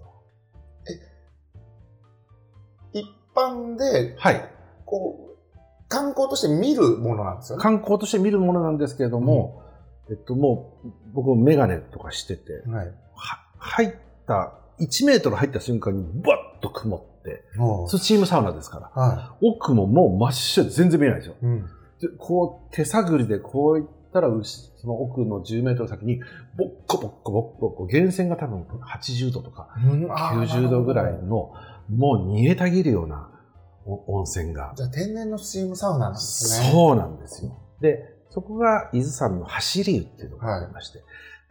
[SPEAKER 2] 一般で、
[SPEAKER 1] はい。
[SPEAKER 2] こう、観光として見るものなんですよね。
[SPEAKER 1] 観光として見るものなんですけれども、えっと、もう、僕もメガネとかしてて、
[SPEAKER 2] はい。
[SPEAKER 1] は入った、1メートル入った瞬間に、バッと曇って、
[SPEAKER 2] も
[SPEAKER 1] スチームサウナですから、
[SPEAKER 2] は
[SPEAKER 1] 奥ももう真っ白、全然見えないですよ。
[SPEAKER 2] い。うん。
[SPEAKER 1] で、こう、手探りでこう行ったら、うしその奥の10メートル先に、ボッコボッコボッコボッコ、源泉が多分80度とか
[SPEAKER 2] あー
[SPEAKER 1] 90度ぐらいの、もう煮えたぎるようなお温泉が
[SPEAKER 2] じゃあ天然のスチームサウナなんですね。
[SPEAKER 1] そうなんですよ。で、そこが伊豆山の走り湯っていうのがありまして、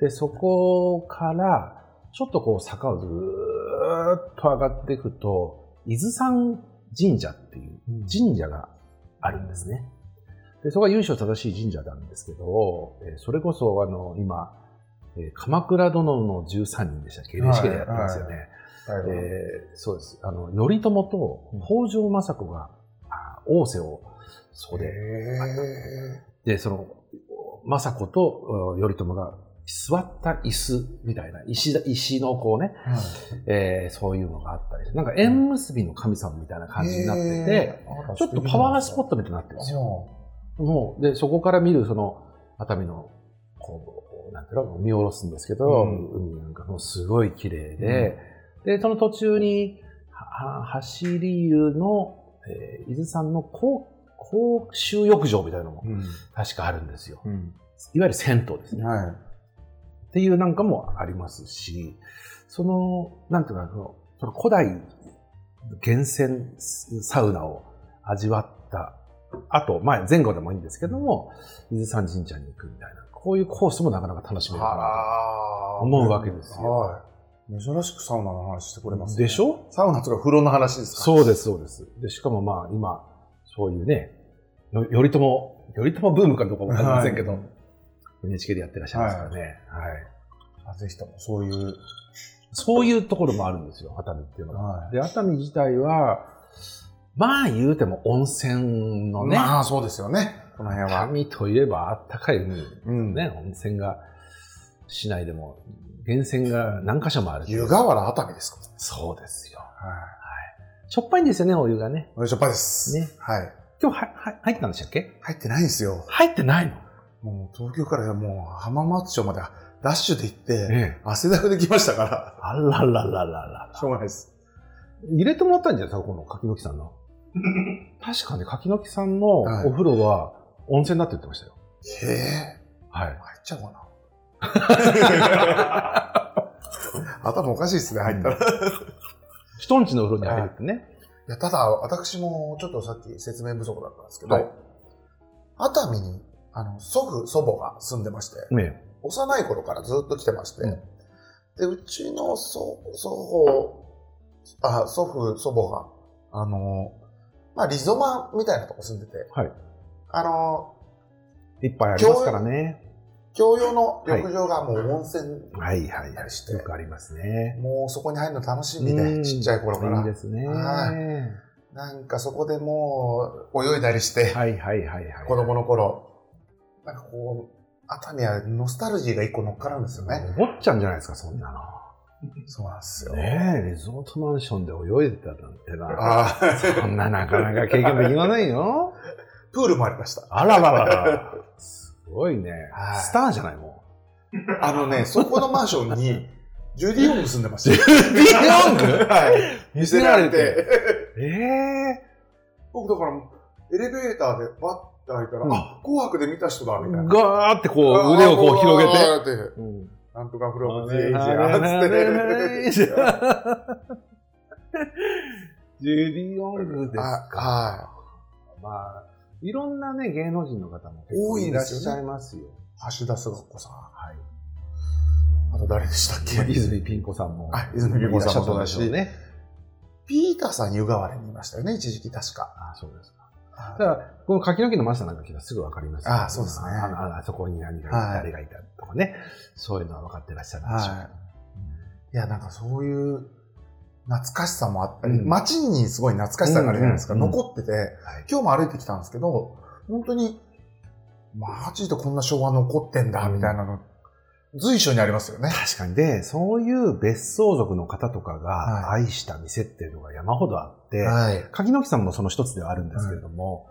[SPEAKER 1] で、そこから、ちょっとこう坂をずーっと上がっていくと、伊豆山神社っていう神社があるんですね。でそこが由緒正しい神社なんですけど、えーそれこそあの今、えー鎌倉殿の13人でしたっけ NHK でやってますよね。
[SPEAKER 2] はいはい
[SPEAKER 1] えーそうです。あの、頼朝と北条政子が、あ王政を、そこで、
[SPEAKER 2] へ
[SPEAKER 1] で、その、政子とお頼朝が座った椅子みたいな、石だ、石のこうね、
[SPEAKER 2] ーはい
[SPEAKER 1] えーそういうのがあったりして、なんか縁結びの神様みたいな感じになってて、
[SPEAKER 2] へー
[SPEAKER 1] ちょっとパワースポットみたいになってるんですよ。もう、で、そこから見る、その、熱海の、こう、なんていうの、見下ろすんですけど、
[SPEAKER 2] うん
[SPEAKER 1] 海なんかもうすごい綺麗で、で、その途中に、はは走り湯の、えー伊豆山の公公衆浴場みたいなのも
[SPEAKER 2] うん
[SPEAKER 1] 確かあるんですよ。
[SPEAKER 2] うん
[SPEAKER 1] いわゆる銭湯ですね。
[SPEAKER 2] はい
[SPEAKER 1] っていうなんかもありますし、その、なんていうか、そのその古代源泉サウナを味わった後、まあ前後でもいいんですけども、伊豆山神社に行くみたいな、こういうコースもなかなか楽しめるか
[SPEAKER 2] あー
[SPEAKER 1] 思うわけですよ
[SPEAKER 2] はい珍しくサウナの話してこれ
[SPEAKER 1] な
[SPEAKER 2] ま
[SPEAKER 1] と。
[SPEAKER 2] す、
[SPEAKER 1] でしょ
[SPEAKER 2] サウナとか風呂の話ですか
[SPEAKER 1] そうです、そうです。で、しかもまあ、今、そういうね、よ頼朝、頼朝ブームかどうかわかりませんけど、
[SPEAKER 2] はい
[SPEAKER 1] NHK でやってらっしゃいますからね。はい。
[SPEAKER 2] あぜひともそういう、
[SPEAKER 1] そういうところもあるんですよ、熱海っていうのは。
[SPEAKER 2] は
[SPEAKER 1] で、熱海自体は、まあ言うても温泉の
[SPEAKER 2] い
[SPEAKER 1] ね、
[SPEAKER 2] まあそうですよねこの辺は、
[SPEAKER 1] 熱海といえばあったかい海、ね、
[SPEAKER 2] うん
[SPEAKER 1] 温泉が、市内でも、源泉が何箇所もある。
[SPEAKER 2] 湯河原熱海ですか
[SPEAKER 1] そうですよ。
[SPEAKER 2] は
[SPEAKER 1] しょっぱいんですよね、お湯がね。
[SPEAKER 2] いおいしょっぱいです、
[SPEAKER 1] ね
[SPEAKER 2] はい
[SPEAKER 1] 今日はは入ったんでしたっけ
[SPEAKER 2] 入ってないんですよ
[SPEAKER 1] 入ってないの
[SPEAKER 2] もう東京からもう浜松町までダッシュで行って、
[SPEAKER 1] ええ。
[SPEAKER 2] 汗だくできましたから
[SPEAKER 1] あららららら。
[SPEAKER 2] しょうがないです
[SPEAKER 1] 入れてもらったんじゃないですか、この柿の木さ んの。確かね、柿の木さんのお
[SPEAKER 2] はい
[SPEAKER 1] 風呂は温泉だって言ってましたよ。
[SPEAKER 2] へえ
[SPEAKER 1] はい。
[SPEAKER 2] 入っちゃうか な頭おかしいですね入ったら
[SPEAKER 1] 人んちのお風呂に入るってね。
[SPEAKER 2] いやただ、私もちょっとさっき説明不足だったんですけど、
[SPEAKER 1] はい
[SPEAKER 2] 熱海にあの祖父、祖母が住んでまして、
[SPEAKER 1] ね
[SPEAKER 2] 幼い頃からずっと来てまして、
[SPEAKER 1] うん
[SPEAKER 2] でうちの祖祖母あ、祖父、祖母が、あの、まあ、リゾマみたいなとこ住んでて、
[SPEAKER 1] はい
[SPEAKER 2] あの、
[SPEAKER 1] いっぱいありますからね。
[SPEAKER 2] 共用の浴場がもう温泉、
[SPEAKER 1] はいはい
[SPEAKER 2] あ
[SPEAKER 1] は
[SPEAKER 2] りして
[SPEAKER 1] い。よくありますね。
[SPEAKER 2] もうそこに入るの楽しみ
[SPEAKER 1] う
[SPEAKER 2] で、
[SPEAKER 1] ん
[SPEAKER 2] ちっちゃい頃か
[SPEAKER 1] いい
[SPEAKER 2] ら
[SPEAKER 1] で。すね。
[SPEAKER 2] はなんかそこでもう泳いだりして、
[SPEAKER 1] はいはいはいはい。
[SPEAKER 2] 子供の頃、なんかこう、熱海はノスタルジーが一個乗っかるんですよね。
[SPEAKER 1] 思っちゃうんじゃないですか、そんなの。
[SPEAKER 2] そうなんですよ。
[SPEAKER 1] ねえ、リゾートマンションで泳いでたなんてな。
[SPEAKER 2] ああ、
[SPEAKER 1] そんななかなか経験できませんよ。
[SPEAKER 2] プールもありました。
[SPEAKER 1] あらららら。すごいね
[SPEAKER 2] は。い
[SPEAKER 1] スターじゃないも
[SPEAKER 2] あのね、そこのマンションに、ジュディ・オング住んでました。
[SPEAKER 1] う。ビヨング
[SPEAKER 2] はい。見せられて。
[SPEAKER 1] ええ
[SPEAKER 2] 僕だから、エレベーターでバッて開いたら、
[SPEAKER 1] うん
[SPEAKER 2] あ、紅白で見た人だ、みたいな。
[SPEAKER 1] ガーってこう腕をこう広げて。
[SPEAKER 2] げて。
[SPEAKER 1] うん
[SPEAKER 2] なんとかフ
[SPEAKER 1] あれあれあれあれ
[SPEAKER 2] ロムジェイジ
[SPEAKER 1] ジ
[SPEAKER 2] ーつって。
[SPEAKER 1] ュディ・オングです
[SPEAKER 2] あ
[SPEAKER 1] か。
[SPEAKER 2] は
[SPEAKER 1] まあ、いろんなね、芸能人の方も
[SPEAKER 2] 多いん
[SPEAKER 1] ら
[SPEAKER 2] で
[SPEAKER 1] っ
[SPEAKER 2] すよね
[SPEAKER 1] しゃいますよ。
[SPEAKER 2] い。橋田壽賀子さん。
[SPEAKER 1] はい。
[SPEAKER 2] あと誰でしたっけ
[SPEAKER 1] まあ泉ピン子さんも。
[SPEAKER 2] あ泉ピン子さんもそうだし
[SPEAKER 1] いらっゃったんでょうね。
[SPEAKER 2] ピーターさん湯河原にいましたよね、一時期確か。
[SPEAKER 1] あそうですか。
[SPEAKER 2] あ
[SPEAKER 1] だから、この柿の木のマスターなんか聞いたらすぐわかりますよ
[SPEAKER 2] あそうですね
[SPEAKER 1] あのあのあそこに何がいた、
[SPEAKER 2] はい
[SPEAKER 1] 誰がいたとかね。そういうのは分かってらっしゃるんでしょう
[SPEAKER 2] は。いや、なんかそういう懐かしさもあったり、
[SPEAKER 1] うん
[SPEAKER 2] 街にすごい懐かしさがあるじゃないですか、
[SPEAKER 1] うんうん
[SPEAKER 2] 残ってて、今日も歩いてきたんですけど、本当に、マジでこんな昭和残ってんだ、みたいなの、随所にありますよね。
[SPEAKER 1] 確かに。で、そういう別荘族の方とかが
[SPEAKER 2] は
[SPEAKER 1] 愛した店っていうのが山ほどあって、
[SPEAKER 2] はい。
[SPEAKER 1] 柿の木さんもその一つではあるんですけれども、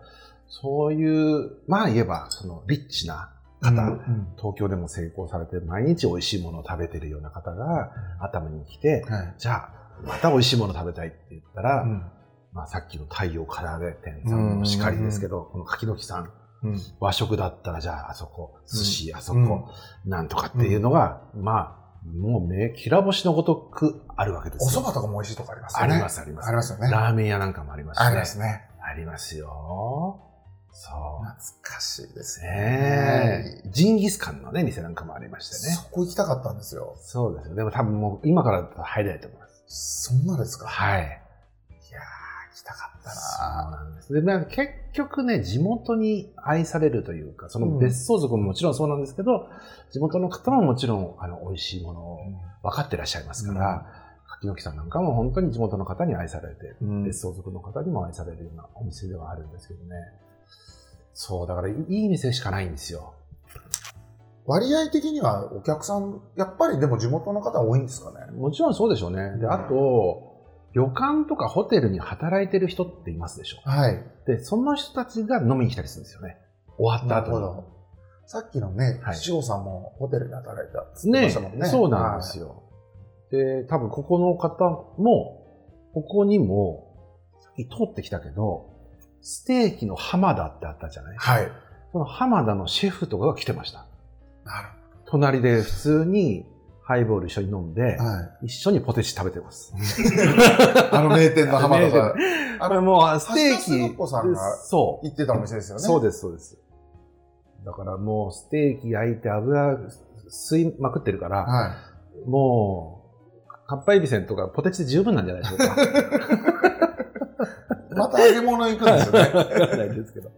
[SPEAKER 1] そういう、まあ言えば、そのリッチな方、
[SPEAKER 2] うん
[SPEAKER 1] 東京でも成功されて、毎日美味しいものを食べてるような方が、熱海に来て、
[SPEAKER 2] はい。
[SPEAKER 1] じゃあ、また美味しいもの食べたいって言ったら、
[SPEAKER 2] うん
[SPEAKER 1] まあさっきの太陽唐揚げ店さんもしかりですけど、この柿の木さん、和食だったらじゃああそこ、寿司、あそこ、なんとかっていうのが、まあ、もうね、きら星のごとくあるわけで
[SPEAKER 2] お
[SPEAKER 1] す
[SPEAKER 2] 蕎
[SPEAKER 1] よ。
[SPEAKER 2] 麦とかも美味しいとかあります
[SPEAKER 1] あ
[SPEAKER 2] よね。
[SPEAKER 1] ります、あります
[SPEAKER 2] あ。りますよね。
[SPEAKER 1] ラーメン屋なんかもありますし
[SPEAKER 2] あり
[SPEAKER 1] ね
[SPEAKER 2] ま。すね。
[SPEAKER 1] ありますよ。そう
[SPEAKER 2] 懐かしいです
[SPEAKER 1] ねえ。ジンギスカンのね、店なんかもありましてね。
[SPEAKER 2] そこ行きたかったんですよ。
[SPEAKER 1] そうですよ。でも多分もう今からだと入れないと思います。
[SPEAKER 2] そんなですか
[SPEAKER 1] はい。
[SPEAKER 2] い来たかった
[SPEAKER 1] そう
[SPEAKER 2] な
[SPEAKER 1] なんですでまあ結局ね、地元に愛されるというか、その別荘族ももちろんそうなんですけど、地元の方ももちろんあの美味しいものを分かってらっしゃいますから、柿の木さんなんかも本当に地元の方に愛されて、
[SPEAKER 2] うん
[SPEAKER 1] 別荘族の方にも愛されるようなお店ではあるんですけどね。そう、だからいい店しかないんですよ。
[SPEAKER 2] 割合的にはお客さん、やっぱりでも地元の方多いんですかね。
[SPEAKER 1] もちろんそうでしょうね。で、あと、旅館とかホテルに働いてる人っていますでしょ。
[SPEAKER 2] はい。
[SPEAKER 1] で、その人たちが飲みに来たりするんですよね。終わった
[SPEAKER 2] な
[SPEAKER 1] 後
[SPEAKER 2] るほ
[SPEAKER 1] に。
[SPEAKER 2] ど。さっきのね
[SPEAKER 1] はい、
[SPEAKER 2] 志保さんもホテルで働いたって言ってま
[SPEAKER 1] ね
[SPEAKER 2] したもんね。
[SPEAKER 1] そうなんです
[SPEAKER 2] よ。
[SPEAKER 1] よ。で、多分ここの方も、ここにも、さっき通ってきたけど、ステーキの浜田ってあったじゃない
[SPEAKER 2] はい。
[SPEAKER 1] その浜田のシェフとかが来てました。
[SPEAKER 2] なる
[SPEAKER 1] 隣で普通にハイボール一緒に飲んで
[SPEAKER 2] ほど。、はい。
[SPEAKER 1] 一緒にポテチ食べてます。
[SPEAKER 2] あの名店の 浜田さん。
[SPEAKER 1] あれもうステー
[SPEAKER 2] 橋田
[SPEAKER 1] キ
[SPEAKER 2] 壽子さんが
[SPEAKER 1] そう。
[SPEAKER 2] 行ってたお店ですよね。
[SPEAKER 1] そう
[SPEAKER 2] で
[SPEAKER 1] です、そうです。だからもうステーキ焼いて油吸いまくってるから、
[SPEAKER 2] は
[SPEAKER 1] もう、かっぱえびせんとかポテチで十分なんじゃないでしょうか。
[SPEAKER 2] い。また揚げ物行くんですよ ね。
[SPEAKER 1] わかんないですけど。っ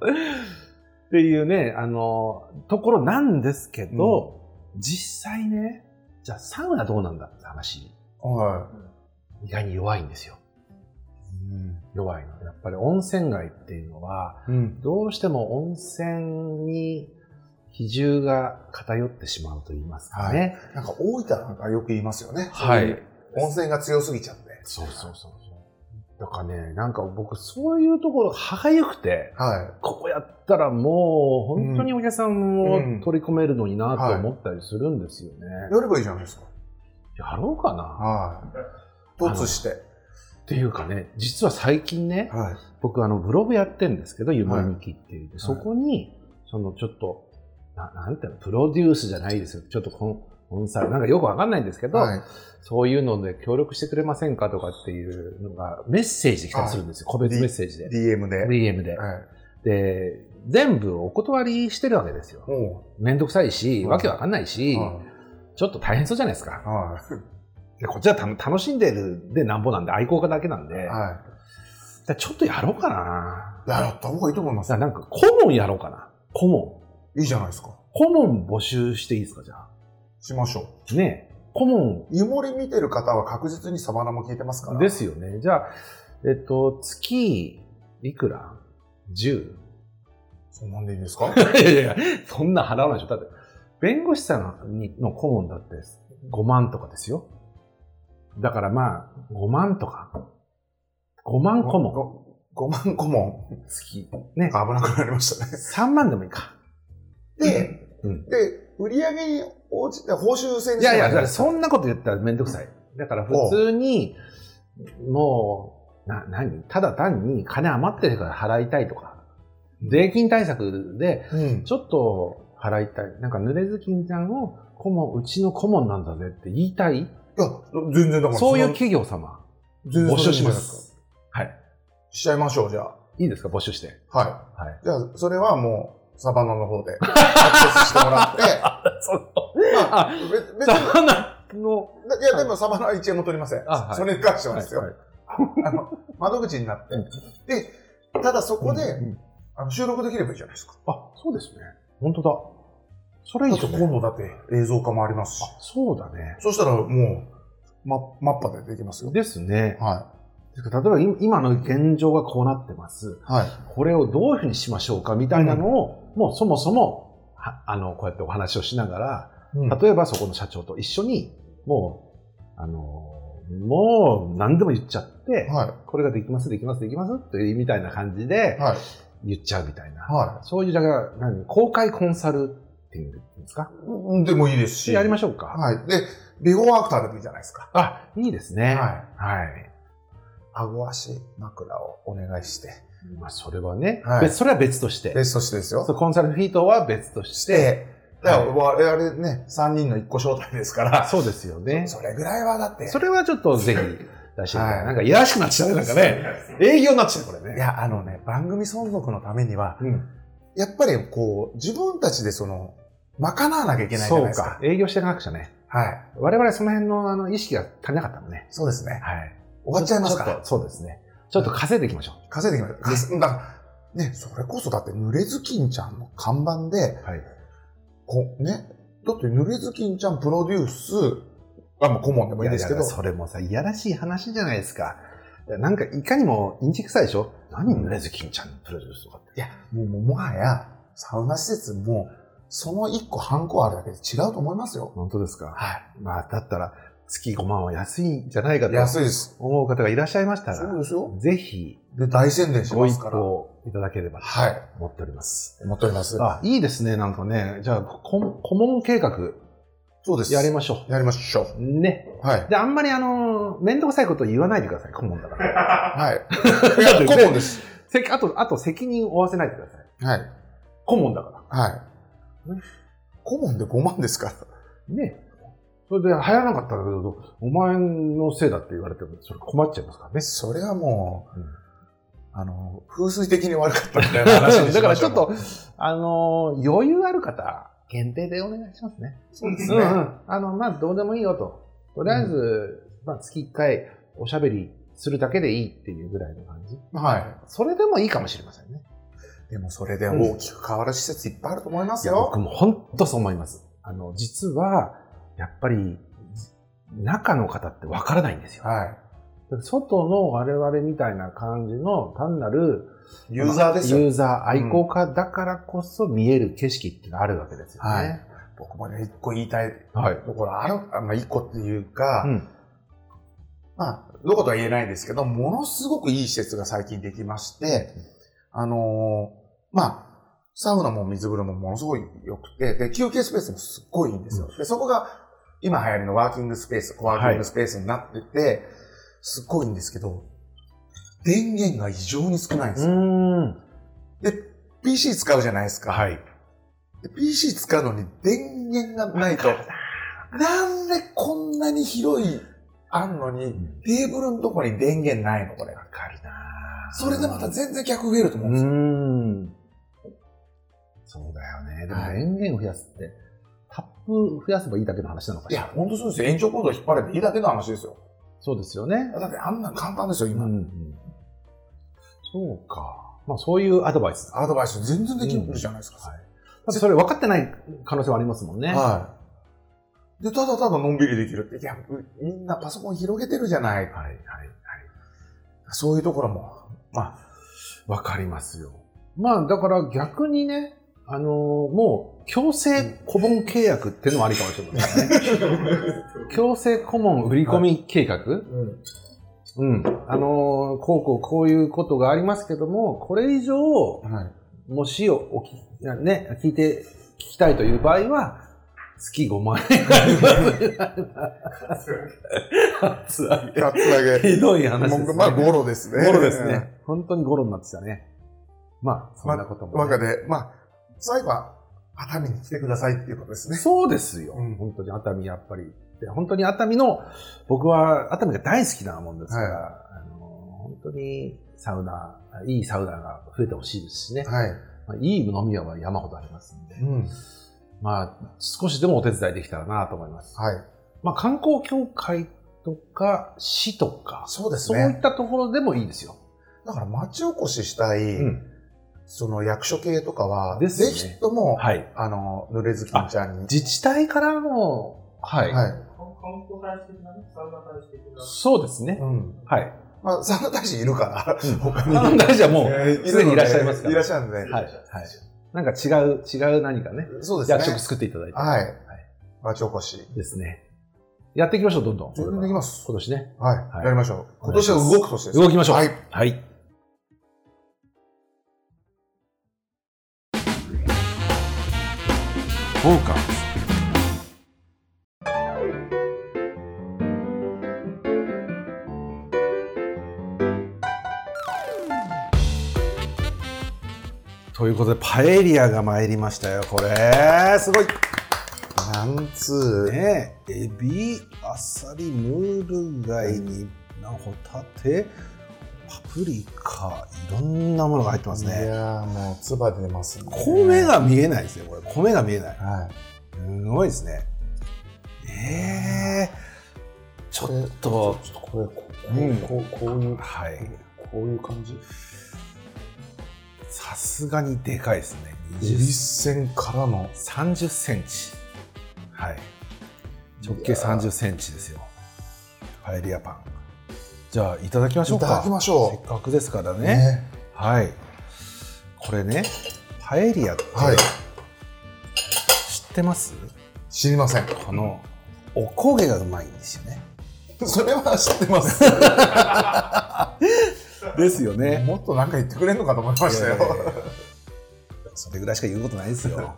[SPEAKER 1] ていうね、あの、ところなんですけど、実際ね、じゃあサウナどうなんだって話、
[SPEAKER 2] は
[SPEAKER 1] 意外に弱いんですよ。
[SPEAKER 2] い。
[SPEAKER 1] 弱いの。やっぱり温泉街っていうのは、
[SPEAKER 2] うん。
[SPEAKER 1] どうしても温泉に比重が偏ってしまうと言いますかね。
[SPEAKER 2] なんか大分なんかよく言いますよね。
[SPEAKER 1] はい。
[SPEAKER 2] 温泉が強すぎちゃって。
[SPEAKER 1] そうそうそうそう。だからね、なんか僕、そういうところ、歯がゆくて、
[SPEAKER 2] は
[SPEAKER 1] ここやったらもう、本当にお客さん
[SPEAKER 2] うん
[SPEAKER 1] を取り込めるのになと思ったりするんですよね。
[SPEAKER 2] い。やればいいじゃないですか。
[SPEAKER 1] やろうかな
[SPEAKER 2] はい。突して。
[SPEAKER 1] っていうかね、実は最近ね、
[SPEAKER 2] はい。
[SPEAKER 1] 僕、あの、ブログやってんですけど、ゆもみきっていう。そこに、その、ちょっと、ななんていうの、プロデュースじゃないですよ。ちょっとコン、コンサル、なんかよくわかんないんですけど、
[SPEAKER 2] はい。
[SPEAKER 1] そういうので協力してくれませんかとかっていうのが、メッセージで来たりするんですよ。個別メッセージで。
[SPEAKER 2] DM で。
[SPEAKER 1] DM で。
[SPEAKER 2] はい。
[SPEAKER 1] で、全部お断りしてるわけですよ。
[SPEAKER 2] おう
[SPEAKER 1] めんどくさいし、
[SPEAKER 2] うん
[SPEAKER 1] わけわかんないし、ちょっと大変そうじゃないですか。
[SPEAKER 2] は
[SPEAKER 1] でこっちはた楽しんでるでなんぼなんで、愛好家だけなんで、
[SPEAKER 2] い。
[SPEAKER 1] だか
[SPEAKER 2] は
[SPEAKER 1] らちょっとやろうかな。
[SPEAKER 2] い。いや、やった方がいいと思いま
[SPEAKER 1] だ
[SPEAKER 2] す
[SPEAKER 1] か
[SPEAKER 2] よ
[SPEAKER 1] ら。なんか顧問やろうかな。顧問。
[SPEAKER 2] いいじゃないですか。
[SPEAKER 1] 顧問募集していいですか、じゃあ。
[SPEAKER 2] しましょう。
[SPEAKER 1] ねえ顧問
[SPEAKER 2] 湯守見てる方は確実にサバナも聞いてますから。
[SPEAKER 1] ですよね。じゃあ、えっと、月、いくら ?10?
[SPEAKER 2] そんなんでいいんですか
[SPEAKER 1] いやいやいや、そんな払わないでしょ。だって、弁護士さんにの顧問だって5万とかですよ。だからまあ、5万とか。5万 顧問。
[SPEAKER 2] 5万顧問。
[SPEAKER 1] 月。ね。
[SPEAKER 2] 危なくなりましたね。
[SPEAKER 1] 3万でもいいか。
[SPEAKER 2] で、
[SPEAKER 1] うん
[SPEAKER 2] で、売り上げに応じて報酬制に
[SPEAKER 1] いやいや、だ
[SPEAKER 2] じ
[SPEAKER 1] か
[SPEAKER 2] ゃ
[SPEAKER 1] らそんなこと言ったらめんどくさい。だから普通に、もう、な、何ただ単に金余ってるから払いたいとか。税金対策で、
[SPEAKER 2] うん。
[SPEAKER 1] ちょっと払いたい。なんか濡れずきんちゃんを顧問、うちの顧問なんだぜって言いたい
[SPEAKER 2] いや、全然だから
[SPEAKER 1] そういう
[SPEAKER 2] そ
[SPEAKER 1] 企業様、
[SPEAKER 2] の全然
[SPEAKER 1] 募
[SPEAKER 2] そ
[SPEAKER 1] 集しま
[SPEAKER 2] れでいいんじゃないです
[SPEAKER 1] す。はい。
[SPEAKER 2] か。しちゃいましょう、じゃあ。
[SPEAKER 1] いいですか、募集して。
[SPEAKER 2] はい。
[SPEAKER 1] はい。
[SPEAKER 2] じゃあ、それはもう、サバナの方で、アクセスしてもらって、
[SPEAKER 1] その、
[SPEAKER 2] まあ、
[SPEAKER 1] あ、
[SPEAKER 2] べ別
[SPEAKER 1] サ
[SPEAKER 2] に、
[SPEAKER 1] バナの、
[SPEAKER 2] いや、でもサバナは1円も取りません。
[SPEAKER 1] あはい
[SPEAKER 2] それに関しては
[SPEAKER 1] は
[SPEAKER 2] で
[SPEAKER 1] い
[SPEAKER 2] すよ。
[SPEAKER 1] はい
[SPEAKER 2] あの、窓口になって
[SPEAKER 1] う。
[SPEAKER 2] で、ただそこで、
[SPEAKER 1] うんうん
[SPEAKER 2] あの収録できればいいじゃないですか。
[SPEAKER 1] あ、そうですね。本当だ。それいい
[SPEAKER 2] だ
[SPEAKER 1] で
[SPEAKER 2] って
[SPEAKER 1] すね
[SPEAKER 2] 今度だって映像化もありますし。
[SPEAKER 1] あそうだね。
[SPEAKER 2] そしたらもう、ま、マッパでできますよ。
[SPEAKER 1] ですね。
[SPEAKER 2] は
[SPEAKER 1] 例えば今今の現状がこうなってます。
[SPEAKER 2] い。はい。
[SPEAKER 1] これをどういうふうにしましょうかみたいなのを、もうそもそも、はあの、こうやってお話をしながら、
[SPEAKER 2] うん
[SPEAKER 1] 例えばそこの社長と一緒に、もう、あの、もう何でも言っちゃって、
[SPEAKER 2] はい。
[SPEAKER 1] これができます、できます、できますっていうみたいな感じで
[SPEAKER 2] はい。
[SPEAKER 1] 言っちゃうみたいな。
[SPEAKER 2] は
[SPEAKER 1] そういう、だから、何公開コンサルっていうんですか
[SPEAKER 2] うんでもいいですし。
[SPEAKER 1] やりましょうか。
[SPEAKER 2] はい。で、ビフォーアフターでもいいじゃないですか。
[SPEAKER 1] あ、いいですね。はい。
[SPEAKER 2] い。顎足枕をお願いして。
[SPEAKER 1] まあ、それはね、
[SPEAKER 2] はい
[SPEAKER 1] 別それは別として。
[SPEAKER 2] で、そしてですよ。
[SPEAKER 1] そうコンサルフィートは別とし。
[SPEAKER 2] してて、だから我々ね、3人の1個招待ですから、
[SPEAKER 1] そうですよね。
[SPEAKER 2] それぐらいはだって。
[SPEAKER 1] それはちょっとぜひ出してみたい
[SPEAKER 2] はい
[SPEAKER 1] なんかいやらしくなっちゃうね。なんかね、営業になっちゃう、これ
[SPEAKER 2] い
[SPEAKER 1] ね。
[SPEAKER 2] や、あのね、番組存続のためには、
[SPEAKER 1] うん。
[SPEAKER 2] やっぱりこう、自分たちでその、賄わなきゃいけないじゃない
[SPEAKER 1] そう
[SPEAKER 2] です
[SPEAKER 1] か
[SPEAKER 2] か。。
[SPEAKER 1] 営業していかなくちゃね。
[SPEAKER 2] はい。
[SPEAKER 1] 我々はその辺のあの意識が足りなかったもんね。
[SPEAKER 2] そうですね。
[SPEAKER 1] はい。
[SPEAKER 2] 終わっちゃいますか
[SPEAKER 1] ょ
[SPEAKER 2] ら
[SPEAKER 1] っ。とそうですね。ちょっと稼いでいきましょ
[SPEAKER 2] 稼いできました。だから、ね、それこそだって、濡れずきんちゃんの看板で、
[SPEAKER 1] う。はい。
[SPEAKER 2] こね、だって濡れずきんちゃんプロデュース、あ、もう顧問でもいいですけど、
[SPEAKER 1] ややそれもさ、いやらしい話じゃないですか。いやなんか、いかにも、インチ臭いでしょ何、濡れずきんちゃんのプロデュースとかって。
[SPEAKER 2] いや、もう、もうもはや、サウナ施設も、その一個半個あるだけで違うと思いますよ。
[SPEAKER 1] 本当ですか
[SPEAKER 2] は
[SPEAKER 1] まあ、だったら、月5万は安いんじゃないかと
[SPEAKER 2] 安いです。
[SPEAKER 1] 思う方がいらっしゃいました
[SPEAKER 2] そう
[SPEAKER 1] ら、
[SPEAKER 2] ですよ。
[SPEAKER 1] ぜひ、
[SPEAKER 2] で、大宣伝し
[SPEAKER 1] ご
[SPEAKER 2] ま
[SPEAKER 1] 一
[SPEAKER 2] すから。
[SPEAKER 1] 報いただければと
[SPEAKER 2] はい。
[SPEAKER 1] 思っております。
[SPEAKER 2] 思っております。
[SPEAKER 1] あ、いいですね、なんかね。じゃあ、こ顧問計画、
[SPEAKER 2] そうです。
[SPEAKER 1] やりましょ
[SPEAKER 2] やりましょう。
[SPEAKER 1] う。ね。
[SPEAKER 2] はい。
[SPEAKER 1] で、あんまりあの、面倒くさいこと言わないでください、顧問だから。
[SPEAKER 2] はい。いや、顧問です。
[SPEAKER 1] せあと、あと責任を負わせないでください。
[SPEAKER 2] はい。
[SPEAKER 1] 顧問だから。
[SPEAKER 2] はい
[SPEAKER 1] ね。
[SPEAKER 2] 顧問で5万ですから。
[SPEAKER 1] ね。それで流行らなかったけど、お前のせいだって言われても、それ困っちゃいますからね。
[SPEAKER 2] それはもう、
[SPEAKER 1] うん
[SPEAKER 2] あの、風水的に悪かったみたいな話にしましょう
[SPEAKER 1] だからちょっ、と、あのー余裕ある方、限定でお願いしますね。
[SPEAKER 2] そうです
[SPEAKER 1] う
[SPEAKER 2] ね。
[SPEAKER 1] んうん。あの、まあ、どうでもいいよと。とりあえず、まあ、月1回おしゃべりするだけでいいっていうぐらいの感じ。
[SPEAKER 2] は
[SPEAKER 1] それでもいいかもしれませんね。
[SPEAKER 2] い。でもそれで大きく変わる施設いっぱいあると思います
[SPEAKER 1] いや、僕
[SPEAKER 2] よ。
[SPEAKER 1] も本当そう思います。あの、実は、やっぱり、中の方ってわからないんですよ。
[SPEAKER 2] は
[SPEAKER 1] 外の我々みたいな感じの単なる
[SPEAKER 2] い。ユーザーですよ。
[SPEAKER 1] ユーザー愛好家だからこそ見える景色ってのあるわけですよ
[SPEAKER 2] は
[SPEAKER 1] ね
[SPEAKER 2] い。。僕もね、一個言いたい
[SPEAKER 1] はい。
[SPEAKER 2] ところある、あまあ、一個っていうか、
[SPEAKER 1] うん。
[SPEAKER 2] まあ、どことは言えないんですけど、ものすごくいい施設が最近できまして、あのーまあ、サウナも水風呂もものすごい良くて、で、休憩スペースもすっごいいいんですよ。で、そこが今流行りのワーキングスペース、コワーキングスペースになってて、すっごいいいんですけど、電源が異常に少ないんですよ。
[SPEAKER 1] ん。
[SPEAKER 2] で、PC 使うじゃないですか。
[SPEAKER 1] はい。
[SPEAKER 2] で PC 使うのに電源がな いと、なんでこんなに広いあんのに、テーブルのとこに電源ないのこれ。
[SPEAKER 1] かるな
[SPEAKER 2] それでまた全然客増えると思うんですよ。
[SPEAKER 1] ん。そうだよね。でも
[SPEAKER 2] はい
[SPEAKER 1] 電源を増やすって、タップ増やせばいいだけの話なのか
[SPEAKER 2] い
[SPEAKER 1] しら。
[SPEAKER 2] や、ほんとそうですよ。延長コード引っ張ればいいだけの話ですよ。
[SPEAKER 1] そうですよね。
[SPEAKER 2] だってあんなん簡単ですよ、
[SPEAKER 1] う
[SPEAKER 2] 今。
[SPEAKER 1] ん。そうか。まあそういうアドバイス。
[SPEAKER 2] アドバイス全然できるじゃないですか。
[SPEAKER 1] はいだってそれ分かってない可能性はありますもんね。
[SPEAKER 2] はい。で、ただただのんびりできるって。いや、うみんなパソコン広げてるじゃない。
[SPEAKER 1] はいはい。
[SPEAKER 2] そういうところも。ま
[SPEAKER 1] わかりますよ。まあ、だから逆にね、あのーもう、強制顧問契約ってのもありかもしれません ね。強制顧問売り込み計画、
[SPEAKER 2] あ、うん。
[SPEAKER 1] うん。あのーこうこうこういうことがありますけども、これ以上、
[SPEAKER 2] はい。
[SPEAKER 1] もしをおき、ね、聞いて、聞きたいという場合は、月5万円あります。
[SPEAKER 2] カツアゲ。
[SPEAKER 1] ひどい話です、ね。
[SPEAKER 2] もうまあ、ゴロですね。
[SPEAKER 1] ゴロですね。本当にゴロになってきたね。まあ、そんなことも、ね
[SPEAKER 2] 若で、まあ、最後は熱海に来てくださいっていうことですね。
[SPEAKER 1] そうですよ、
[SPEAKER 2] うん
[SPEAKER 1] 本当に熱海やっぱり。で本当に熱海の、僕は熱海が大好きなもんですから、あの本当にサウナ、いいサウナが増えてほしいですしね、
[SPEAKER 2] はい。
[SPEAKER 1] まあ、いい飲み屋は山ほどありますんで、
[SPEAKER 2] うん。はい。
[SPEAKER 1] まあ、少しでもお手伝いできたらなと思います。まあ、観光協会とか市とか、
[SPEAKER 2] そうです
[SPEAKER 1] そうい
[SPEAKER 2] ね。
[SPEAKER 1] ったところでもいいですよ。
[SPEAKER 2] だから町おこししたい、
[SPEAKER 1] うん
[SPEAKER 2] その役所系とかは、
[SPEAKER 1] ですね
[SPEAKER 2] ぜひとも、
[SPEAKER 1] はい。
[SPEAKER 2] あの、濡れずきんちゃんに。
[SPEAKER 1] 自治体からの、はい。
[SPEAKER 2] はい。
[SPEAKER 5] 観光大使的なね、サウナ大使的な。
[SPEAKER 1] そうですね
[SPEAKER 2] う。ん。
[SPEAKER 1] はい。
[SPEAKER 2] まあ、サウナ大使いるから、
[SPEAKER 1] うん
[SPEAKER 2] 他に。
[SPEAKER 1] あの大臣はもう、
[SPEAKER 2] えー
[SPEAKER 1] すでにいらっしゃいますから
[SPEAKER 2] いらっしゃるんで。
[SPEAKER 1] はい。はい。なんか違う、違う何かね、
[SPEAKER 2] そうで
[SPEAKER 1] 役
[SPEAKER 2] す
[SPEAKER 1] 職
[SPEAKER 2] ね。
[SPEAKER 1] 作っていただいて。
[SPEAKER 2] はい。町おこし。
[SPEAKER 1] ですね。やっていきましょう、どんどん。
[SPEAKER 2] 全然できます
[SPEAKER 1] 今年ね。
[SPEAKER 2] はい。
[SPEAKER 1] はい
[SPEAKER 2] やりましょう。今年は動く年です。
[SPEAKER 1] 動きましょう。
[SPEAKER 2] はい。
[SPEAKER 1] はい。フォーカス。ということで、パエリアが参りましたよ、これ。すごい。
[SPEAKER 2] なんつー。
[SPEAKER 1] ねえエビアサリムール貝になホタテパプリカいろんなものが入ってます
[SPEAKER 2] い
[SPEAKER 1] ね
[SPEAKER 2] やーもう、つば出ますね。
[SPEAKER 1] 米が見えないですねこれ米が見えない
[SPEAKER 2] はい。
[SPEAKER 1] すごいですねええちょっと
[SPEAKER 2] ちょっとこれ、こ
[SPEAKER 1] うん
[SPEAKER 2] こうこうこういう、
[SPEAKER 1] はい
[SPEAKER 2] ここういう感じ
[SPEAKER 1] さすがにでかいですね。
[SPEAKER 2] エビ線からの
[SPEAKER 1] 30センチ。はい。直径30センチですよ。パエリアパン。じゃあ、いただきましょうか。
[SPEAKER 2] いただきましょう
[SPEAKER 1] せっかくですからね。
[SPEAKER 2] ね
[SPEAKER 1] はい。これね、パエリアって
[SPEAKER 2] はい
[SPEAKER 1] 知ってます、
[SPEAKER 2] 知りません
[SPEAKER 1] この、お焦げがうまいんですよね。
[SPEAKER 2] それは知ってます
[SPEAKER 1] ですよね。
[SPEAKER 2] もっとなんか言ってくれるのかと思いました
[SPEAKER 1] いやいやい
[SPEAKER 2] よ
[SPEAKER 1] やそれぐらいしか言うことないですよ。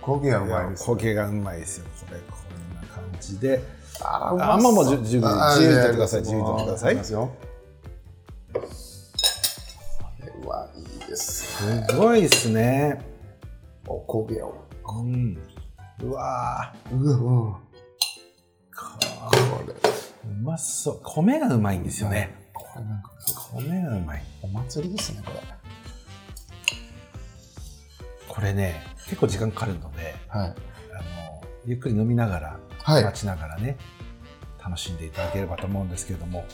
[SPEAKER 2] 焦げがう
[SPEAKER 1] い
[SPEAKER 2] まい
[SPEAKER 1] や
[SPEAKER 2] です
[SPEAKER 1] 焦げがうまいですよ。これこんな感じで。
[SPEAKER 2] あ
[SPEAKER 1] あまあまあじゅ十分
[SPEAKER 2] あー
[SPEAKER 1] 自由に取ってください
[SPEAKER 2] やや
[SPEAKER 1] 自由に取ってください
[SPEAKER 2] もういきますよこれはいいです
[SPEAKER 1] すごいですね。
[SPEAKER 2] お焦げを
[SPEAKER 1] うん。うわー
[SPEAKER 2] うわうわこれ
[SPEAKER 1] うまそう。米がうまいんですよね。
[SPEAKER 2] これなんか
[SPEAKER 1] 米がうまい。
[SPEAKER 2] お祭りですねこれ
[SPEAKER 1] これね、結構時間かかるので、あ
[SPEAKER 2] はい
[SPEAKER 1] のゆっくり飲みながら、
[SPEAKER 2] はい
[SPEAKER 1] 待ちながらね、楽しんでいただければと思うんですけれども、